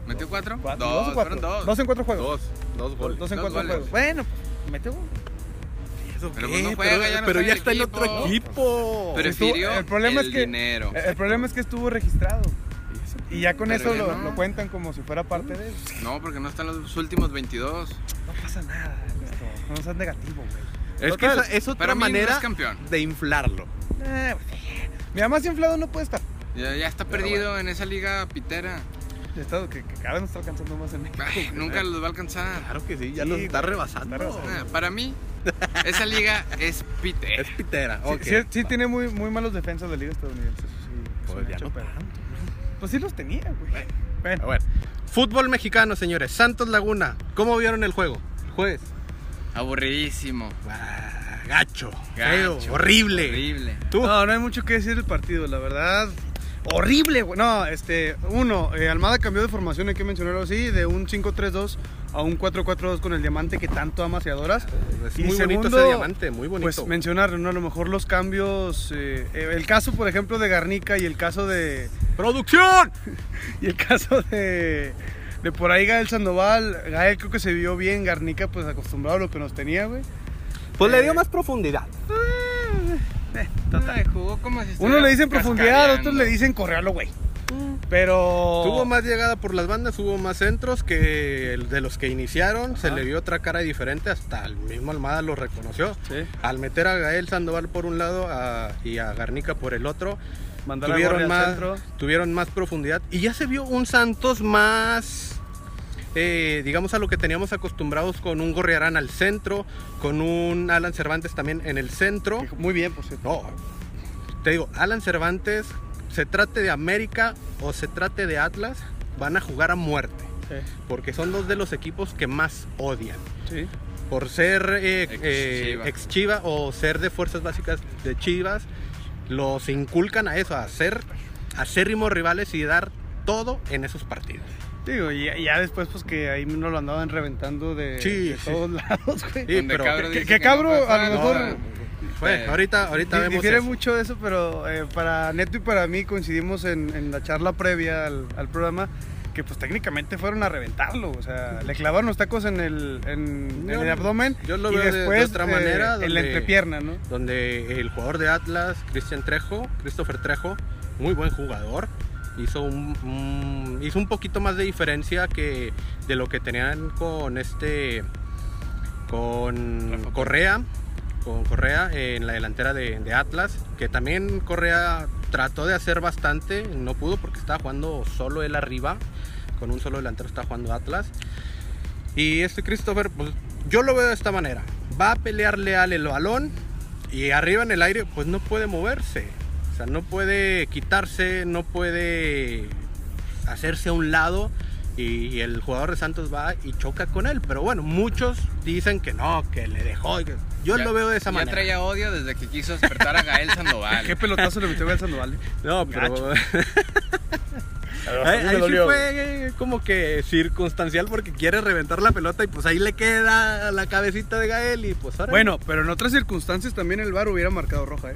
D: ¿Metió cuatro?
C: Cuatro,
D: Dos,
C: dos, o cuatro.
D: fueron dos.
C: en cuatro juegos.
B: Dos, dos goles.
C: Dos en
D: dos
C: cuatro
D: goles.
C: juegos. Bueno, pues, metió gol.
D: Pero
B: ¿Qué?
D: pues no juega,
B: pero
D: ya no
B: pero
D: está en
B: ya
D: el
B: está en otro
D: equipo.
B: equipo.
D: Prefirió
C: Estuvo- el problema es que-
D: dinero.
C: El problema es que estuvo registrado.
B: ¿Y ese
C: Y ya con
D: Pero
C: eso
D: ya
C: lo,
D: no.
C: lo cuentan como si fuera parte de eso.
D: No, porque no están los últimos 22.
C: No pasa nada, Ernesto. No seas negativo, güey.
B: Es que
C: Total.
B: esa- es otra
D: Para mí no
B: manera
D: es campeón.
B: de inflarlo.
C: Eh, güey. Mi mamá sin inflado no puede estar.
D: Ya, ya está
C: Pero
D: perdido en esa liga pitera.
C: El estado que, que cada vez nos está alcanzando más en México.
D: Ay,
C: güey.
D: nunca los va a alcanzar.
B: Claro que sí, ya
C: Sí,
B: lo está
C: güey,
B: rebasando.
C: está rebasando.
D: Ah, Para mí, esa liga es pitera.
B: Es pitera,
C: Sí,
B: ok.
C: sí- sí tiene muy, muy malos defensas de liga estadounidense. eso Sí, es
B: Pues
C: un
B: ya
C: hecho,
B: no
C: pero- Pues sí los tenía, güey. Bueno,
B: A ver, fútbol mexicano, señores. Santos Laguna, ¿cómo vieron el juego? El jueves.
D: Aburridísimo.
B: Ah, gacho,
D: gacho,
B: feo, horrible.
D: Horrible.
B: ¿Tú?
C: No, no hay mucho que decir del partido, la verdad. Horrible, güey. No, este, uno, eh, Almada cambió de formación, hay que mencionarlo así, de un 5-3-2 a un 4-4-2 con el diamante que tanto amas y adoras.
B: Es
C: Y
B: muy bonito
C: segundo,
B: ese diamante, muy bonito.
C: Pues mencionar, ¿no? A lo mejor los cambios, eh, eh, el caso, por ejemplo, de Garnica y el caso de...
B: ¡Producción!
C: Y el caso de... De por ahí Gael Sandoval, Gael creo que se vio bien, Garnica pues acostumbrado a lo que nos tenía, güey.
B: Pues le dio
C: Eh,
B: más profundidad.
D: Ay, jugó como si
C: Uno
D: estuviera
C: le dicen profundidad,
D: cascabeando.
C: otros le dicen correalo, güey. Pero...
B: Tuvo más llegada por las bandas, hubo más centros que el de los que iniciaron. Se le vio otra cara diferente, hasta el mismo Almada lo reconoció.
C: Sí.
B: Al meter a Gael Sandoval por un lado a- y a Garnica por el otro,
C: Mandar a Gorri
B: tuvieron
C: al
B: más,
C: centro.
B: tuvieron más profundidad. Y ya se vio un Santos más, eh, digamos, a lo que teníamos acostumbrados con un Gorriarán al centro, con un Alan Cervantes también en el centro.
C: Muy bien, por cierto.
B: No, te digo, Alan Cervantes, se trate de América o se trate de Atlas, van a jugar a muerte. Porque son dos de los equipos que más odian.
C: Sí.
B: Por ser eh,
D: Ex
B: eh,
D: Chiva.
B: ex Chiva o ser de fuerzas básicas de Chivas, los inculcan a eso, a ser acérrimos rivales y dar todo en esos partidos.
C: Digo, y ya, ya después, pues que ahí nos lo andaban reventando de,
B: Sí,
C: de
B: sí.
C: todos lados, güey.
B: Sí,
D: Donde
B: pero
D: Cabro
C: que-
D: dice
C: que Cabro,
D: pasa
C: a lo
D: nada.
C: mejor-
B: Bueno,
D: Sí.
B: ahorita, ahorita
C: Pues, Di-
B: vemos.
C: difiere
B: eso.
C: mucho eso, pero eh, para Neto y para mí coincidimos en, en la charla previa al, al programa que pues técnicamente fueron a reventarlo, o sea, le clavaron los tacos en el, en,
B: Yo-
C: en el abdomen
B: yo lo
C: y
B: veo de- de
C: después
B: otra
C: eh,
B: manera,
C: en
B: donde-
C: la entrepierna, ¿no?
B: donde el jugador de Atlas, Cristian Trejo, Christopher Trejo, muy buen jugador, hizo un, un- hizo un poquito más de diferencia que de lo que tenían con este con Correa, con Correa en la delantera de, de Atlas, que también Correa trató de hacer bastante, no pudo porque estaba jugando solo él arriba, con un solo delantero está jugando Atlas. Y este Christopher, pues yo lo veo de esta manera. Va a pelearle al el balón y arriba en el aire, pues no puede moverse. O sea, no puede quitarse, no puede hacerse a un lado. Y, y el jugador de Santos va y choca con él. Pero bueno, muchos dicen que no, que le dejó. y que- Yo
D: Ya-
B: lo veo de esa
D: Ya
B: manera.
D: traía odio desde que quiso despertar a Gael Sandoval.
C: ¿Qué pelotazo le metió Gael Sandoval? ¿eh?
B: No, pero.
C: Gacho.
B: ahí ahí sí fue eh, como que circunstancial porque quiere reventar la pelota y pues ahí le queda la cabecita de Gael y pues ahora.
C: Bueno, pero en otras circunstancias también el VAR hubiera marcado roja, ¿eh?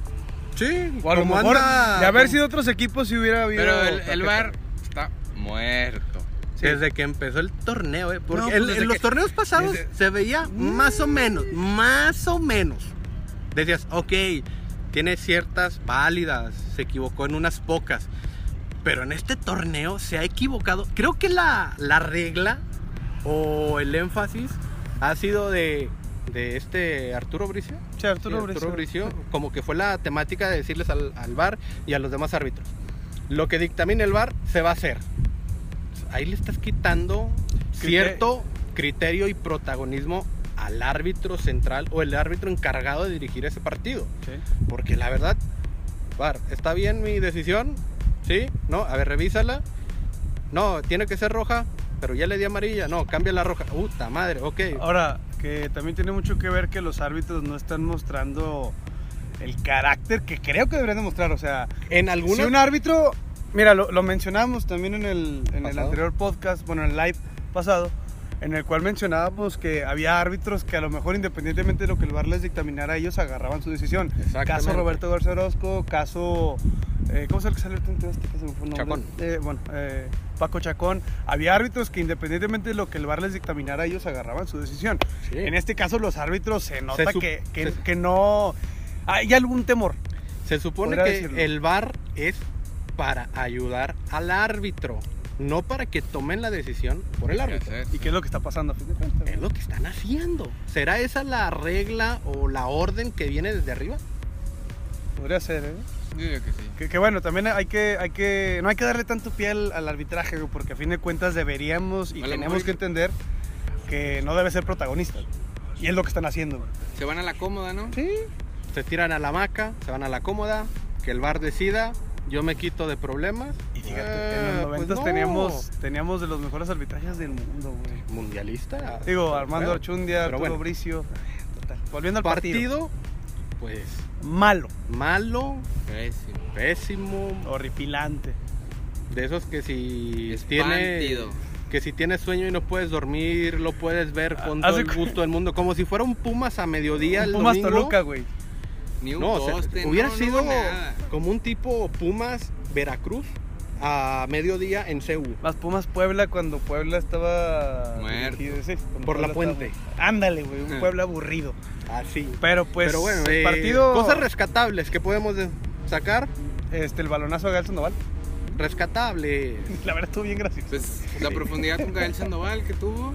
B: sí,
C: O a lo
B: como
C: mejor
B: anda-
C: de haber sido otros equipos si hubiera habido.
D: Pero el, el
C: tarjeta.
D: bar está muerto.
B: Sí. Desde que empezó el torneo, ¿eh? Porque
C: No, pues
B: en-
C: desde
B: en los
C: que-
B: torneos pasados
C: desde- Mm.
B: se veía más o menos, más o menos. Decías, ok, tiene ciertas válidas, se equivocó en unas pocas. Pero en este torneo se ha equivocado. Creo que la, la regla o el énfasis ha sido de, de este Arturo Bricio.
C: Sí, Arturo,
B: Sí, Arturo
C: Bricio.
B: Bricio, como que fue la temática de decirles al, al VAR y a los demás árbitros. Lo que dictamine el VAR se va a hacer. Ahí le estás quitando cierto criterio y protagonismo al árbitro central o el árbitro encargado de dirigir ese partido. Porque la verdad, VAR, ¿está bien mi decisión? ¿Sí? ¿No? A ver, revísala. No, tiene que ser roja, pero ya le di amarilla. No, cambia la roja. Puta madre, ok.
C: Ahora, que también tiene mucho que ver que los árbitros no están mostrando el carácter que creo que deberían demostrar. O sea,
B: En algunos...
C: si un árbitro. Mira, lo, lo mencionamos también en el, en el
B: Pasado.
C: anterior podcast, bueno, en el live pasado, en el cual mencionábamos que había árbitros que a lo mejor independientemente de lo que el VAR les dictaminara, ellos agarraban su decisión.
B: Exactamente.
C: Caso Roberto García Orozco, caso... eh, ¿Cómo se el que salió ahorita en este que se me fue el nombre?
B: Chacón.
C: Eh, bueno, eh, Paco Chacón. Había árbitros que independientemente de lo que el VAR les dictaminara, ellos agarraban su decisión.
B: Sí.
C: En este caso los árbitros se nota
B: sup-
C: que, que-
B: se-
C: que no... Hay algún temor.
B: Se supone
C: Podría
B: que
C: decirlo.
B: el VAR es para ayudar al árbitro, no para que tomen la decisión por el árbitro.
C: ¿Y qué es lo que está pasando a fin de cuentas?
B: Es lo que están haciendo. ¿Será esa la regla o la orden que viene desde arriba?
C: Podría ser, ¿eh?
D: Yo digo que sí.
C: Que, que bueno, también hay que, hay que, no hay que darle tanto pie al, al arbitraje, güey, porque a fin de cuentas deberíamos y
D: A lo
C: tenemos
D: mejor-
C: que entender que no debe ser protagonista. güey. Y es lo que están haciendo, güey.
D: Se van a la cómoda, ¿no?
C: Sí.
B: Se tiran a la hamaca, se van a la cómoda, que el bar decida, yo me quito de problemas.
C: Y fíjate,
B: Eh,
C: en los 90
B: pues no.
C: teníamos, teníamos de los mejores arbitrajes del mundo, güey.
B: mundialista.
C: Digo,
B: Pero
C: Armando
B: bueno,
C: Archundia,
B: pero
C: Arturo
B: bueno.
C: Bricio. Total. Volviendo al partido.
B: partido, pues
C: Malo.
B: malo,
D: Pésimo.
B: pésimo,
C: Horripilante.
B: de esos que si tiene
D: Espantido.
B: que si tienes sueño y no puedes dormir, lo puedes ver con
C: Ah,
B: todo
C: hace
B: el
C: cu-
B: gusto del mundo, como si fuera un Pumas a mediodía el
C: Pumas
B: domingo.
C: Toluca, güey.
D: Ni un
B: No, o sea,
D: poste,
B: hubiera
D: no, no
B: sido
D: hubo nada.
B: como un tipo Pumas Veracruz a mediodía en CEU.
C: Más Pumas Puebla cuando Puebla estaba.
D: Muerto.
C: dirigido, sí, cuando
B: Por la
C: Puebla
B: puente. Ah.
C: estaba- Ándale, güey. Un Puebla aburrido.
B: Así.
C: Pero pues.
B: Pero bueno,
C: el
B: eh,
C: partido.
B: cosas rescatables que podemos de- sacar,
C: Este, el balonazo de Gael Sandoval.
B: rescatables.
C: La verdad estuvo bien gracioso.
D: Pues la profundidad con Gael Sandoval que tuvo.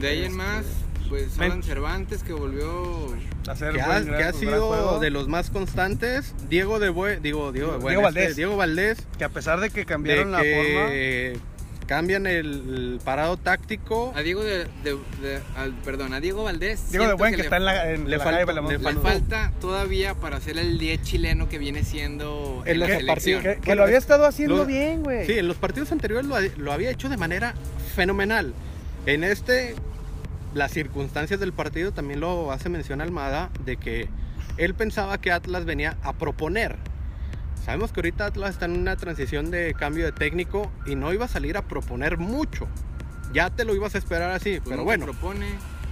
D: De ahí en más, pues
C: Ven.
D: Alan Cervantes que volvió.
C: Hacer
B: que
C: buen
B: ha,
C: gran-
B: que ha
C: gran
B: sido
C: juego.
B: de los más constantes. Diego de Bue- digo, Diego, de
C: Diego
B: Buen, este,
C: Valdés.
B: Diego Valdés,
C: Que a pesar de que
B: de
C: cambiaron la forma.
B: que cambian el parado táctico.
D: A Diego de, de- de- al- perdón, a Diego Valdés.
C: Diego de
D: siento
C: Buen que,
D: le-
C: está en la, en
B: le
C: la
B: falta-
C: calle Belamont.
B: le
D: Le falta todavía para hacer el 10 chileno que viene siendo
B: En
D: en la
B: los
D: selección.
C: Que, que
B: Bueno,
C: lo había estado haciendo
B: lo-
C: bien, güey.
B: Sí, en los partidos anteriores lo, ha- lo había hecho de manera fenomenal. En este, las circunstancias del partido también lo hace mención Almada de que él pensaba que Atlas venía a proponer. Sabemos que ahorita Atlas está en una transición de cambio de técnico y no iba a salir a proponer mucho. Ya te lo ibas a esperar así,
D: Pues
B: pero
D: nunca
B: bueno,
D: propone.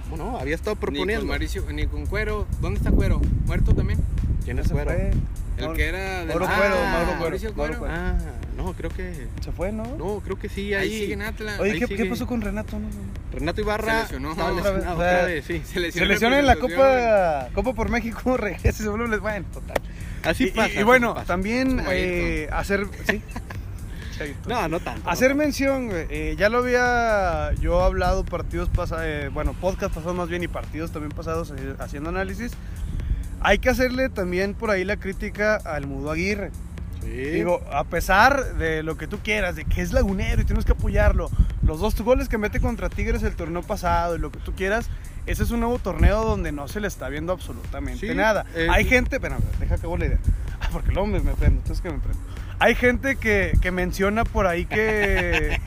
B: bueno, había estado
D: Ni con
B: proponiendo.
D: Mauricio, ni con Cuero. ¿Dónde está Cuero? ¿Muerto también?
B: ¿Quién
C: Ya
B: es
C: se
B: Güero?
C: fue.
D: El
C: Mauro-
D: que era
C: Mauro
D: Ah,
C: Cuero, Mauro Cuero,
D: Mauricio
C: Mauro Cuero.
B: Ah, no, creo que
C: Se fue, ¿no?
B: no, creo que sí
D: Ahí
B: ahí.
D: sigue en Atlas.
C: Oye,
B: ahí
C: ¿qué,
B: sigue.
C: qué pasó con Renato? No, no, no.
B: Renato Ibarra
D: Se lesionó.
B: estaba
D: Otra
C: vez,
B: lesionado,
C: o sea,
B: otra vez, sí.
C: Se lesiona en la
D: representación.
C: Copa, Copa por México, regresa y se vuelve les- bueno, total.
B: Así
C: y, y-
B: pasa.
C: y
B: así
C: bueno,
B: pasa.
C: también
D: Como
C: eh, hacer sí.
B: No, no tanto.
C: pues, hacer
B: no
C: mención, güey, eh, ya lo había yo hablado partidos pasados, bueno, podcast pasados más bien y partidos también pasados eh, haciendo análisis. Hay que hacerle también por ahí la crítica al Mudo Aguirre.
B: tanto. Sí.
C: Digo, a pesar de lo que tú quieras, de que es lagunero y tenemos que apoyarlo, los dos goles que mete contra Tigres el torneo pasado y lo que tú quieras, ese es un nuevo torneo donde no se le está viendo absolutamente
B: Sí,
C: nada.
B: eh,
C: Hay
B: sí.
C: gente, espérame, deja que la idea, Ah, porque luego me, me prendo, entonces que me prendo. Hay gente que, que menciona por ahí que...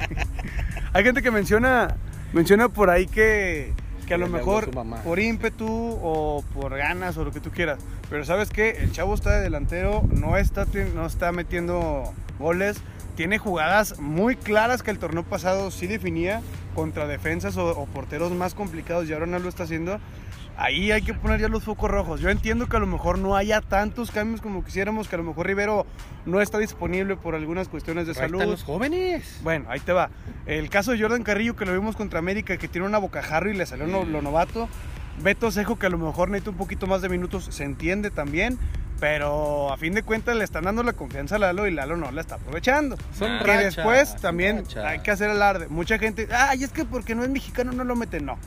C: hay gente que menciona, menciona por ahí que... Que a
B: Que
C: lo
B: le habló
C: mejor
B: su mamá.
C: por ímpetu o por ganas o lo que tú quieras. Pero sabes que el chavo está de delantero, no está, ti- no está metiendo goles, tiene jugadas muy claras que el torneo pasado sí definía contra defensas o, o porteros más complicados y ahora no lo está haciendo. Ahí hay que poner ya los focos rojos. Yo entiendo que a lo mejor no haya tantos cambios como quisiéramos, que a lo mejor Rivero no está disponible por algunas cuestiones de
B: Pero ahí están
C: salud.
B: los jóvenes.
C: Bueno, ahí te va. El caso de Jordan Carrillo, que lo vimos contra América, que tiene una bocajarro y le salió lo, lo novato. Beto Cejo, que a lo mejor necesita un poquito más de minutos, se entiende también. Pero a fin de cuentas le están dando la confianza a Lalo y Lalo no la está aprovechando.
B: Son
D: Ah.
C: Que
B: racha,
C: después
B: son
C: también
B: racha.
C: hay que hacer alarde. Mucha gente, ay, es que porque no es mexicano no lo meten. No.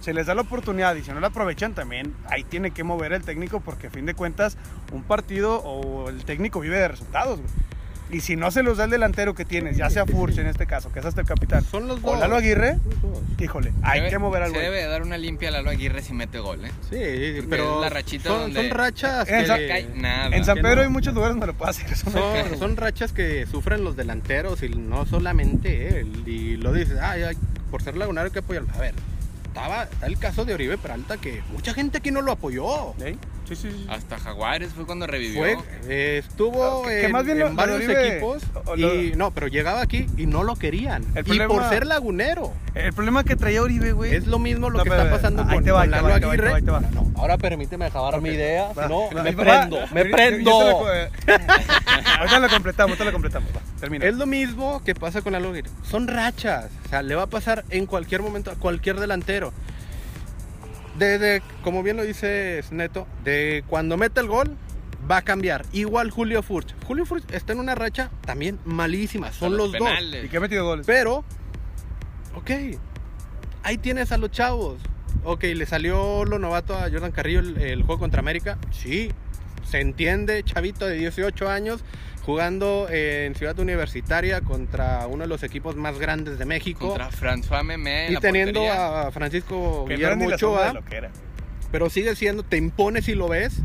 C: Se les da la oportunidad y si no la aprovechan también, ahí tiene que mover el técnico porque a fin de cuentas un partido o el técnico vive de resultados. güey. Y si no se los da el delantero que tienes, ya sea Furch en este caso, que es hasta el capitán,
B: Son los
C: o
B: dos.
C: Lalo Aguirre,
B: Son los dos.
C: híjole, hay
D: Debe-
C: que mover algo.
D: Se debe de dar una limpia a Lalo Aguirre si mete gol, ¿eh?
B: Sí, sí,
D: Porque
B: pero
D: es la rachita
B: son,
D: donde-
B: son rachas
C: En
B: que,
C: San-
D: Cae nada.
C: En San
B: que
C: Pedro
B: no.
C: hay muchos lugares donde lo puede hacer. eso.
B: son, son rachas que sufren los delanteros y no solamente él. Y lo dices, "Ay, ay, por ser lagunero hay que apoyarlo. A ver, estaba, está el caso de Oribe Peralta que mucha gente aquí no lo apoyó.
C: ¿Eh? Sí, sí, sí.
D: Hasta Jaguares fue cuando revivió.
B: Fue, eh, estuvo
C: Que- que
B: en,
C: más bien
B: en
C: lo- lo
B: varios
C: de Oribe-
B: equipos
C: o lo-
B: y no, pero llegaba aquí y no lo querían.
C: El
B: y
C: problema-
B: por ser lagunero.
C: El problema que traía Uribe, güey.
B: Es lo mismo lo
C: No,
B: que
C: pero,
B: está pasando
C: ahí
B: con,
C: te va,
B: con
C: ahí te
B: Lalo
C: va, ahí te va,
B: Aguirre.
C: ahí te va.
B: No, no, ahora permíteme acabar mi idea,
C: Va,
B: si no
C: va,
B: me
C: va.
B: prendo, me
C: Yo- yo-
B: prendo.
C: yo te lo- eh, Ahorita lo completamos, ahorita lo completamos. va, Termina.
B: Es lo mismo que pasa con Lalo Aguirre. Son rachas, o sea, le va a pasar en cualquier momento a cualquier delantero. Desde, como bien lo dice Neto, de cuando mete el gol, va a cambiar. Igual Julio Furch. Julio Furch está en una racha también malísima. Son los, dos.
D: penales.
C: ¿Y que ha metido goles?
B: Pero, ok, ahí tienes a los chavos. Ok, le salió lo novato a Jordan Carrillo el, el juego contra América. Sí, se entiende, chavito de 18 años, jugando en Ciudad Universitaria contra uno de los equipos más grandes de México.
D: Contra François Memé. en
B: y
D: la
B: teniendo
D: portería.
B: a Francisco
E: Que no era
B: Guillermo
E: ni la sombra de
B: Ochoa,
E: lo que era.
B: pero sigue siendo, te impones si lo ves.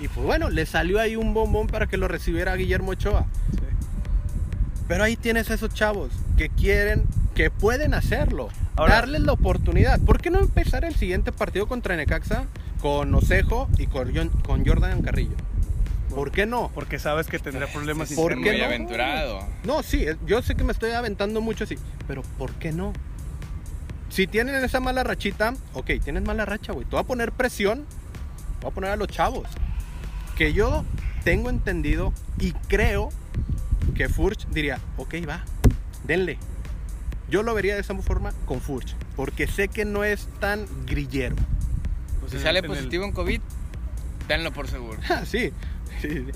B: Y pues bueno, le salió ahí un bombón para que lo recibiera Guillermo Ochoa. Pero ahí tienes a esos chavos que quieren, que pueden hacerlo.
E: Ahora-
B: darles la oportunidad. ¿Por qué no empezar el siguiente partido contra Necaxa con Osejo y con, Jon- con Jordan Carrillo? ¿Por qué no?
E: Porque sabes que tendrá problemas.
D: Sí,
E: y
B: ¿por
D: es
B: qué
D: muy
B: no?
D: aventurado.
B: No, sí, es- yo sé que me estoy aventando mucho, sí, pero ¿por qué no? Si tienen esa mala rachita, ok, tienes mala racha, güey. Te voy a poner presión, voy a poner a los chavos. Que yo tengo entendido y creo que Furch diría, ok, va, denle. Yo lo vería de esa forma con Furch, porque sé que no es tan grillero.
C: Pues
D: Si
C: en
D: sale
C: el- en el-
D: positivo en COVID, tenlo por seguro.
B: Ah, sí. sí, sí.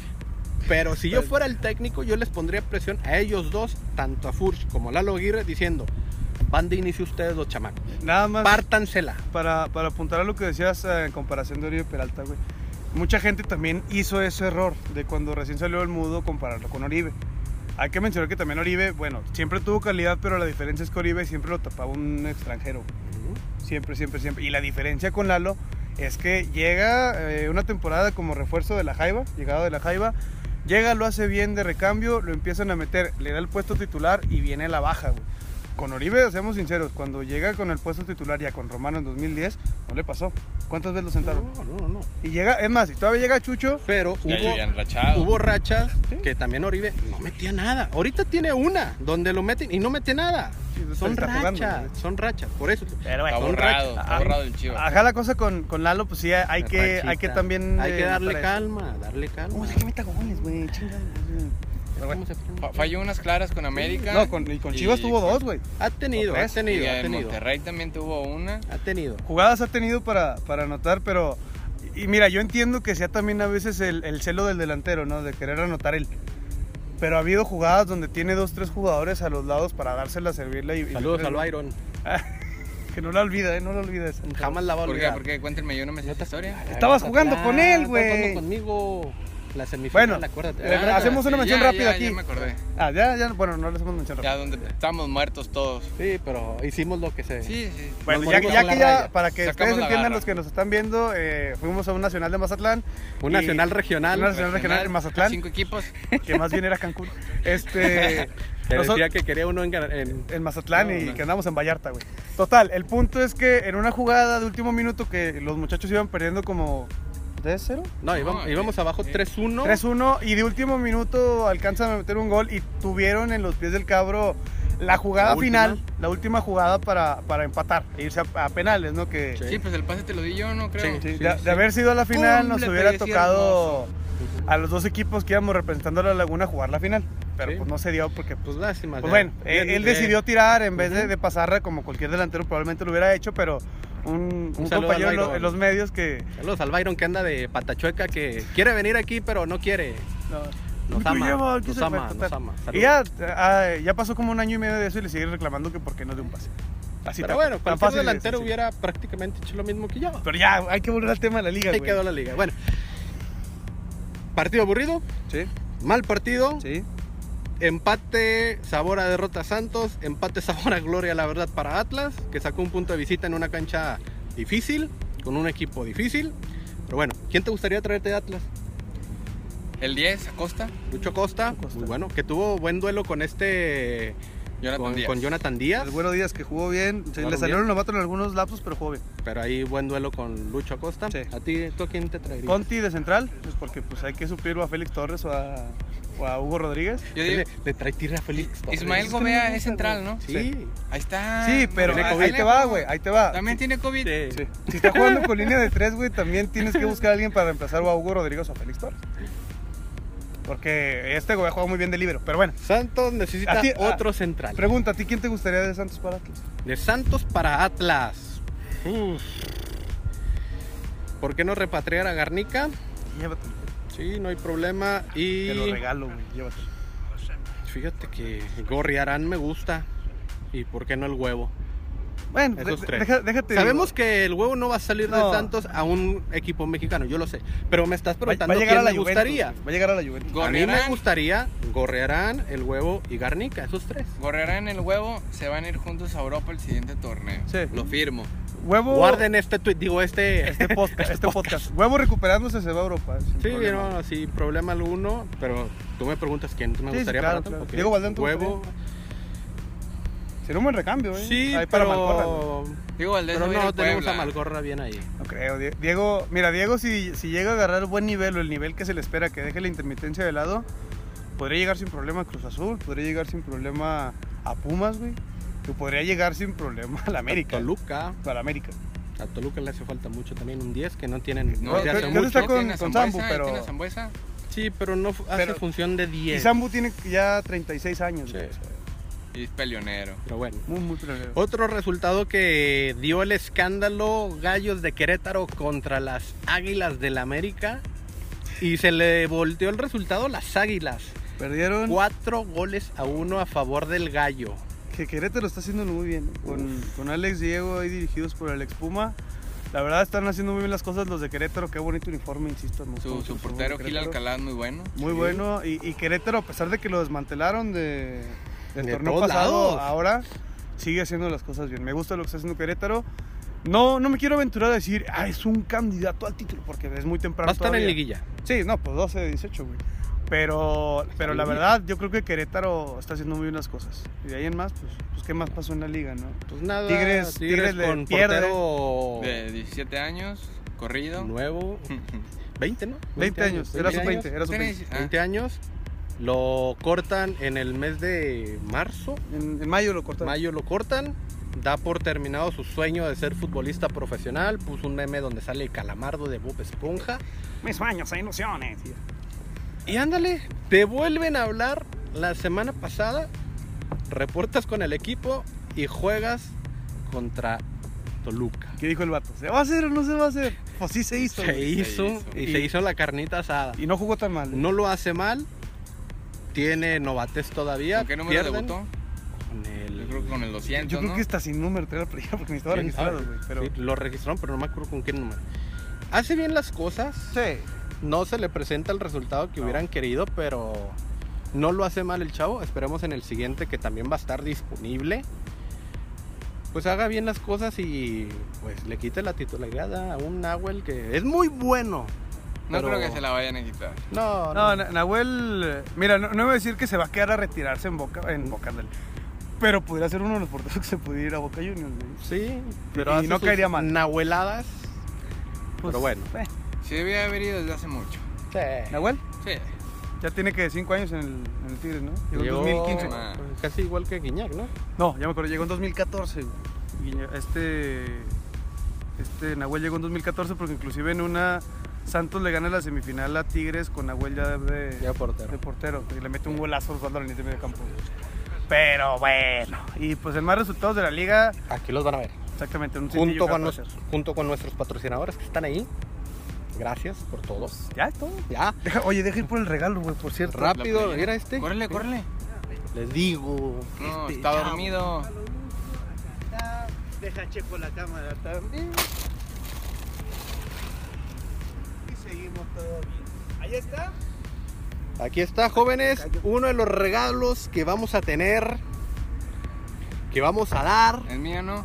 B: Pero si yo fuera el técnico, yo les pondría presión a ellos dos, tanto a Furch como a Lalo Aguirre, diciendo, van de inicio ustedes los chamacos.
C: Nada más.
B: Pártansela.
C: para, para apuntar a lo que decías eh, en comparación de Oribe Peralta, güey. Mucha gente también hizo ese error de cuando recién salió el mudo compararlo con Oribe. Hay que mencionar que también Oribe, bueno, siempre tuvo calidad, pero la diferencia es que Oribe siempre lo tapaba un extranjero. Siempre, siempre, siempre. Y la diferencia con Lalo es que llega eh, una temporada como refuerzo de la Jaiba, llegado de la Jaiba, llega, lo hace bien de recambio, lo empiezan a meter, le da el puesto titular y viene la baja, güey. Con Oribe, seamos sinceros, cuando llega con el puesto titular ya con Romano en 2010, no le pasó. ¿Cuántas veces lo sentaron?
B: No, no, no.
C: Y llega, es más, y todavía llega Chucho,
B: Pero
D: Ya ya
B: hubo,
D: enrachado.
B: hubo rachas que también Oribe no metía nada. Ahorita tiene una donde lo meten y no mete nada.
C: Sí, está-
B: Son
C: está
B: rachas,
C: jugando, ¿no?
B: son rachas. Por eso.
E: Pero bueno,
D: Está
B: Con
D: borrado,
B: racha.
D: está borrado el chivo.
C: ajá la cosa con, con Lalo, pues sí, hay que, hay que
B: Rachita.
C: también...
B: Hay que
C: eh,
B: darle
C: para-
B: calma, darle calma.
C: meta goles, güey, chingado.
B: Ya
C: bueno.
B: estamos en-
D: Fa- Falló unas claras con América.
C: No, con, y con Chivas
D: Y
C: tuvo
D: con-
C: dos, güey.
B: Ha tenido, ha
C: Tres.
D: Y
B: tenido, ha
D: en
B: tenido.
D: Monterrey también tuvo una.
B: Ha tenido.
C: jugadas ha tenido para, para anotar, pero. Y mira, yo entiendo que sea también a veces el, el celo del delantero, ¿no? De querer anotar él. Pero ha habido jugadas donde tiene dos, tres jugadores a los lados para dársela, servirla y. y
B: Saludos
C: meterla.
B: al Byron.
C: Que no la olvida, ¿eh? No la olvides.
B: Jamás la va a
D: ¿Por qué?
B: olvidar.
D: ¿Por qué? Cuéntenme, yo no me sé esta historia.
C: Estabas jugando con él, güey.
B: Estaba jugando conmigo la semifinal,
C: Bueno,
B: acuérdate.
C: eh,
B: Ah,
C: hacemos una
D: sí,
C: mención
D: ya,
C: rápida
D: ya,
C: aquí.
D: Ya me acordé.
C: Ah, ya, ya. Bueno, no les hemos mencionado.
D: Ya donde estamos muertos todos.
B: Sí, pero hicimos lo que se...
D: Sí, sí.
C: Bueno,
B: nos
C: ya,
B: morimos
C: ya
B: con la
C: que ya,
B: raya.
C: para que
D: Sacamos
C: ustedes
D: la
C: entiendan
D: garra.
C: los que nos están viendo, eh, fuimos a un nacional de Mazatlán.
B: Un
C: y-
B: nacional regional.
C: un nacional regional en Mazatlán,
D: Cinco equipos.
C: que más bien era Cancún. Este.
B: Que
C: noso-
B: decía que quería uno en... en-
C: en Mazatlán
B: No,
C: y
B: no.
C: que andamos en Vallarta, güey. Total, el punto es que en una jugada de último minuto que los muchachos iban perdiendo como 3-0,
B: No, íbamos,
D: No,
B: íbamos
D: eh,
B: abajo
D: eh.
B: 3-1.
C: 3-1 y de último minuto alcanzan a meter un gol y tuvieron en los pies del cabro la jugada
B: La última.
C: final, la última jugada para, para empatar e irse a, a penales, ¿no? Que
B: Sí.
D: Sí, pues el pase te lo di yo, ¿no? Creo.
C: Sí,
B: sí,
C: de,
B: sí.
C: de haber sido a la final
D: ¡Pum!
C: nos
D: Le
C: hubiera
D: pegué, sí,
C: tocado a los dos equipos que íbamos representando a la Laguna jugar la final, pero
B: Sí.
C: pues no se dio porque
B: Pues lástima.
C: Pues
B: ya.
C: bueno, eh,
B: Bien,
C: él
B: eh,
C: decidió tirar en vez de,
B: Ujú.
C: de pasarla como cualquier delantero probablemente lo hubiera hecho, pero un, un
B: saludo
C: compañero
B: al
C: en lo-
B: Byron.
C: en los medios que...
B: Saludos al Byron que anda de patachueca, que quiere venir aquí, pero no quiere.
C: no,
B: Nos
C: "Tú
B: ama,
C: llevas, que
B: nos
C: se
B: ama,
C: fue",
B: nos
C: total.
B: ama.
C: Y ya, ah, ya pasó como un año y medio de eso y le sigue reclamando que por qué no dio un pase. Así
B: pero
C: tan-
B: bueno,
C: tan
B: cualquier
C: fácil y
B: delantero
C: sencillo.
B: hubiera prácticamente hecho lo mismo que yo.
C: Pero ya, hay que volver al tema de la liga,
B: Ahí
C: güey.
B: quedó la liga. Bueno, partido aburrido,
C: Sí,
B: mal partido.
C: sí.
B: Empate, sabor a derrota a Santos, empate, sabor a gloria, la verdad, para Atlas, que sacó un punto de visita en una cancha difícil, con un equipo difícil. Pero bueno, ¿quién te gustaría traerte de Atlas?
D: El 10, Acosta.
B: Lucho Costa,
C: Costa.
B: muy bueno, que tuvo buen duelo con este.
D: Jonathan
B: con,
D: Díaz.
B: con Jonathan Díaz,
C: El Güero Díaz que jugó bien, sí,
B: Jugaron
C: le salieron novatos en algunos lapsos, pero jugó bien.
B: pero ahí buen duelo con Lucho Acosta.
C: Sí.
B: ¿A ti, tú a quién te traerías?
C: Conti de central, pues porque pues hay que suplirlo a Félix Torres o a, o a Hugo Rodríguez.
D: Yo
B: le,
D: digo,
B: le trae tierra a Félix. Torres.
D: Ismael Gobea es central, ¿no?
B: Sí.
D: Ahí
B: Ah,
D: está.
C: Sí, pero
D: Tiene
C: ahí
D: COVID.
C: ahí te va, güey, ahí te va.
D: También tiene COVID.
B: Sí.
C: Si estás jugando con línea de tres, güey, también tienes que buscar a alguien para reemplazar o a Hugo Rodríguez o a Félix Torres. Porque este güey juega muy bien de libero. Pero bueno,
B: Santos necesita
C: A ti- a-
B: otro central.
C: pregunta, ¿a ti quién te gustaría de Santos para Atlas?
B: De Santos para Atlas. Uf. ¿Por qué no repatriar a Garnica?
C: Llévatelo.
B: Sí, no hay problema. Y
C: Te lo regalo, güey, llévatelo.
B: fíjate que gorriarán me gusta. ¿Y por qué no el huevo?
C: Bueno,
B: Esos
C: de-
B: tres.
C: deja- déjate.
B: Sabemos que el huevo no va a salir
C: No.
B: de Santos a un equipo mexicano, yo lo sé. Pero me estás
C: va,
B: preguntando
C: va a llegar a
B: quién
C: la
B: me
C: Juventus.
B: gustaría.
C: güey, Va a llegar a la Juventus.
B: A mí me
D: Gorriarán.
B: gustaría Gorrearán, el huevo y Garnica, esos tres.
D: Gorrerán en el huevo, se van a ir juntos a Europa el siguiente torneo.
C: Sí.
D: Lo firmo.
C: Huevo.
B: Guarden este tweet, digo este.
C: Este podcast, este podcast. Huevo recuperándose se va a Europa. sin
B: Sí,
C: problema.
B: no, sí, problema alguno, pero tú me preguntas quién me
C: sí,
B: gustaría
C: claro,
B: para Santos,
C: claro.
B: porque
C: Diego Valdán, ¿te
B: huevo.
C: gustaría? Sería un buen recambio, ¿eh?
B: Sí,
C: Ahí para Malcorra, güey.
B: pero
D: Digo, Valdés
B: pero
D: va a ir
B: no
D: al
B: tenemos a
D: Puebla.
B: Malgorra bien ahí.
C: No creo. Die- Diego, mira, Diego, si, si llega a agarrar buen nivel o el nivel que se le espera que deje la intermitencia de lado, podría llegar sin problema a Cruz Azul, podría llegar sin problema a Pumas, güey. Que podría llegar sin problema a la América.
B: A Toluca,
C: A la América.
B: a Toluca le hace falta mucho también un 10 que no tienen desde
D: No,
C: creo-
B: hace
C: creo que
B: mucho.
C: está con-
D: tiene a
C: con
D: Zambuesa,
C: Zambu,
D: ahí
C: pero-
D: tiene a Zambuesa.
B: Sí, pero no fu- hace
C: Pero-
B: función de
C: Y
B: 10.
C: Zambu tiene ya 36 años,
B: Sí.
C: güey, o sea,
D: Y es peleonero.
B: Pero bueno.
C: Muy, muy peleonero.
B: Otro resultado que dio el escándalo Gallos de Querétaro contra las Águilas del América y se le volteó el resultado a las Águilas.
C: Perdieron.
B: Cuatro goles a uno a favor del Gallo.
C: Que Querétaro está haciendo muy bien. Con, con Alex Diego ahí dirigidos por Alex Puma. La verdad están haciendo muy bien las cosas los de Querétaro. Qué bonito uniforme, insisto. me gusta
D: Su,
C: mucho el
D: su
C: uniforme
D: portero
C: de
D: Gil
C: Querétaro.
D: Alcalá es muy bueno.
C: Muy bueno. Y, y Querétaro, a pesar de que lo desmantelaron de, del
B: De
C: torneo
B: todos
C: pasado,
B: lados.
C: ahora sigue haciendo las cosas bien. Me gusta lo que está haciendo Querétaro. No, no me quiero aventurar a decir, ah, es un candidato al título, porque es muy temprano.
B: Va a estar en
C: todavía.
B: liguilla.
C: Sí, no, pues 12 de 18, güey. Pero, pero la verdad, yo creo que Querétaro está haciendo muy bien las cosas. Y de ahí en más, pues, pues ¿qué más pasó en la liga, no?
B: Pues nada,
C: Tigres- Tigres le
B: con
C: pierde.
B: portero
D: De 17 años, corrido.
B: nuevo. 20, ¿no?
C: 20 años, era su 20, era su
D: Tiene
C: 20.
B: 20 años. Lo cortan en el mes de marzo.
C: En, en mayo lo cortaron.
B: Mayo lo cortan, da por terminado su sueño de ser futbolista profesional, puso un meme donde sale el calamardo de Bob Esponja.
C: Mis sueños e ilusiones. tío.
B: Y ándale, te vuelven a hablar la semana pasada, reportas con el equipo y juegas contra Toluca.
C: ¿Qué dijo el vato? ¿Se va a hacer o no se va a hacer? Pues sí se hizo.
B: Se
C: güey.
B: hizo
D: hizo.
B: y se hizo la carnita asada.
C: Y no jugó tan mal. ¿eh?
B: No lo hace mal, tiene novates todavía.
D: ¿Con qué número
B: pierden
D: debutó?
B: Con el-
D: Yo creo que con el 200,
C: Yo creo
D: ¿no?
C: que está sin número, trae la playera porque necesitaba
B: ¿Quién
C: registrado,
B: sabe?
C: güey. Pero...
B: Sí, lo registraron, pero no me acuerdo con qué número. Hace bien las cosas.
C: Sí.
B: No se le presenta el resultado que
C: No.
B: hubieran querido, pero no lo hace mal el chavo. Esperemos en el siguiente que también va a estar disponible. Pues haga bien las cosas y pues le quite la titularidad a un Nahuel que es muy bueno.
D: No
B: pero-
D: creo que se la vayan a quitar.
B: No, no.
C: No, Na- Nahuel, eh, mira, no, no iba a decir que se va a quedar a retirarse en Boca, en Boca, ándale. pero pudiera ser uno de los porteros que se pudiera ir a Boca Juniors, güey.
B: Sí,
C: Y
B: pero hace
C: no
B: sus
C: caería mal.
B: Nahueladas.
C: Pues,
B: Pero bueno.
C: eh,
D: Sí, debía haber ido desde hace mucho.
C: Nahuel
D: Sí.
C: ya tiene que 5 años en el, en el Tigres, ¿no? Llegó en
B: Llegó
C: 2015.
D: Ah.
B: Casi igual que Guiñac, ¿no?
C: No, ya me acuerdo, llegó en 2014. güey. Guiña- Este, este Nahuel llegó en 2014 porque inclusive en una Santos le gana la semifinal a Tigres con Nahuel ya de,
B: Ya portero.
C: de portero y le mete un golazo Osvaldo Aranés de medio campo. Pero bueno, y pues el más resultados de la liga,
B: Aquí los van a ver.
C: exactamente, un cintillo
B: junto
C: que va
B: con,
C: a
B: nos-
C: aparecer.
B: junto con nuestros patrocinadores que están ahí. Gracias por todo.
C: Ya es todo.
B: Ya,
C: Deja- oye, deja ir por el regalo, güey, por cierto.
B: Rap. Rápido,
D: La playera.
B: mira este.
D: Córrele,
B: Sí.
D: córrele.
B: les digo.
D: No,
B: este
D: está
B: chavo.
D: dormido.
E: Deja checo la cámara también. Y seguimos todo bien. Ahí está.
B: Aquí está, jóvenes, uno de los regalos que vamos a tener, que vamos a dar.
D: El mío no.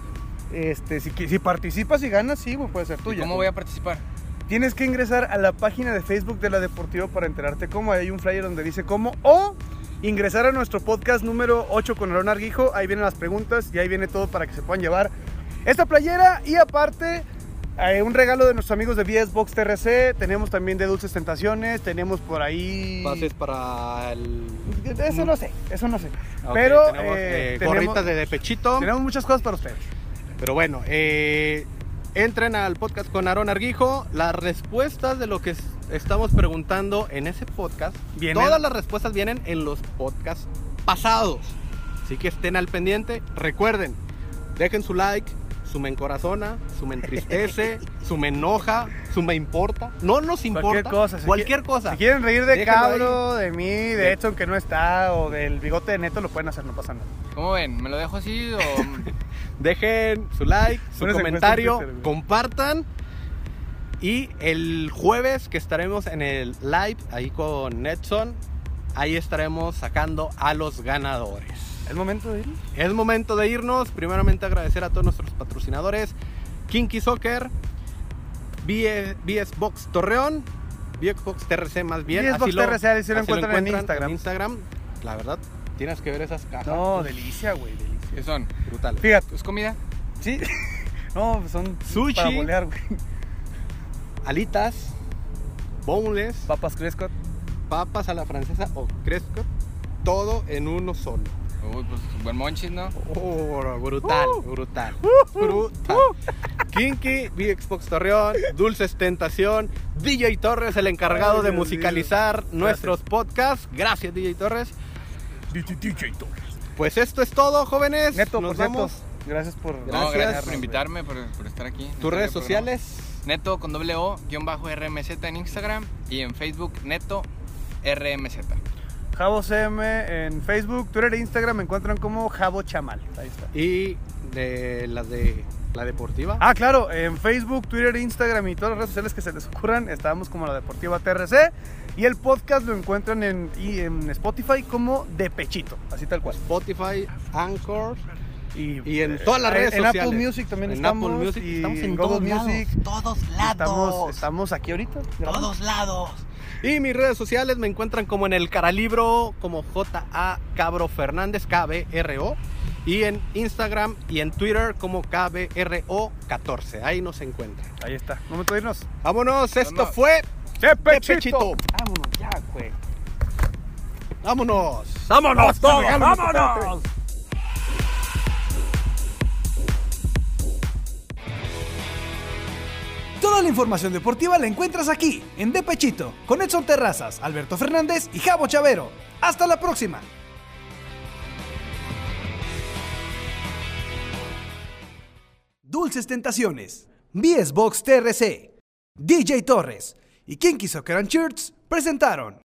C: Este, si, qui- si participas y ganas, sí, güey, puede ser
D: ¿Y
C: tuya.
D: ¿Cómo voy a participar?
C: Tienes que ingresar a la página de Facebook de la Deportiva para enterarte cómo. Ahí hay un flyer donde dice cómo. O ingresar a nuestro podcast número 8 con Aaron Arguijo. Ahí vienen las preguntas y ahí viene todo para que se puedan llevar esta playera. Y aparte, eh, un regalo de nuestros amigos de VS Box TRC. Tenemos también de Dulces Tentaciones. Tenemos por ahí.
B: Pases para el.
C: Eso no sé, eso no sé.
B: Ok,
C: Pero
B: tenemos, eh,
C: eh, tenemos,
B: gorritas de, de pechito.
C: tenemos muchas cosas para ustedes.
B: Pero bueno, eh, entren al podcast con Aaron Arguijo. Las respuestas de lo que es- estamos preguntando en ese podcast,
C: Vienen.
B: todas las respuestas vienen en los podcasts pasados. Así que estén al pendiente. Recuerden, dejen su like, su me encorazona, su me entristece, su me enoja, su me importa. No nos importa.
C: Cualquier cosa. si
B: Cualquier
C: qui-
B: cosa.
C: Si quieren reír de
B: Déjenlo ahí.
C: Cabro, de mí, de Edson que no está, o del bigote de Neto, lo pueden hacer, no pasa nada.
D: ¿Cómo ven? ¿Me lo dejo así o.?
B: Dejen su like, su
C: Pones encuesta en
B: comentario,
C: Twitter, güey.
B: compartan. Y el jueves que estaremos en el live ahí con Netson, ahí estaremos sacando a los ganadores.
C: ¿Es momento de ir?
B: Es momento de irnos. Primeramente agradecer a todos nuestros patrocinadores. Kinky Soccer, BS, Box Torreón, BS Box TRC más bien.
C: BS
B: así
C: Box
B: lo-
C: TRC, así lo encuentran en Instagram.
B: Instagram. La verdad, tienes que ver esas cajas.
C: No, delicia, güey, delicia.
D: ¿Qué son?
B: Brutal.
C: Fíjate,
D: ¿Es comida?
C: sí. No, pues son
B: Sushi.
C: para bolear, güey.
B: Alitas, boneless,
C: Papas Crescott.
B: papas a la francesa o cresco. Todo en uno solo.
D: Uy, pues buen monchis, ¿no?
B: Oh, brutal, brutal, brutal. Uh. Kinky, Big Xbox Torreón, Dulces Tentación, DJ Torres, el encargado
C: Ay,
B: de
C: Dios
B: musicalizar nuestros podcasts. Gracias, DJ Torres. Pues esto es todo, jóvenes.
C: Neto,
B: Nos
C: por
B: vamos.
C: cierto, gracias por...
D: No, gracias por
C: güey.
D: invitarme, por, por estar aquí.
B: Tus redes
D: Programa.
B: sociales.
D: Neto con doble O, guión bajo RMZ en Instagram y en Facebook Neto RMZ.
C: Javo CM en Facebook, Twitter e Instagram me encuentran como Javo Chamal. Ahí está.
B: Y de la de la deportiva.
C: Ah, claro, en Facebook, Twitter, Instagram y todas las redes sociales que se les ocurran, estábamos como la Deportiva TRC. Y el podcast lo encuentran en, y en Spotify como De Pechito, así tal cual.
B: Spotify, Anchor. Y
C: eh,
B: en todas las redes
C: en
B: sociales.
C: Apple Music también
B: En
C: estamos.
B: Apple Music,
C: y
B: estamos en
C: Google
B: todos
C: Music.
B: Todos
C: Estamos, estamos aquí ahorita. grabando.
B: lados. Y mis redes sociales me encuentran como en el Caralibro, como J.A. Cabro Fernández, K-B-R-O. Y en Instagram y en Twitter como KBRO14. Ahí nos encuentran.
C: Ahí está. Momento de irnos.
B: Vámonos, esto
D: no.
B: fue
C: ¡De
B: Pechito!
C: Vámonos ya, güey.
B: Vámonos. Vámonos todos, vámonos.
A: Toda la información deportiva la encuentras aquí, en De Pechito, con Edson Terrazas, Alberto Fernández y Javo Chavero. ¡Hasta la próxima! Dulces Tentaciones, BS Box TRC, DJ Torres y Kinky Soccer and Shirts presentaron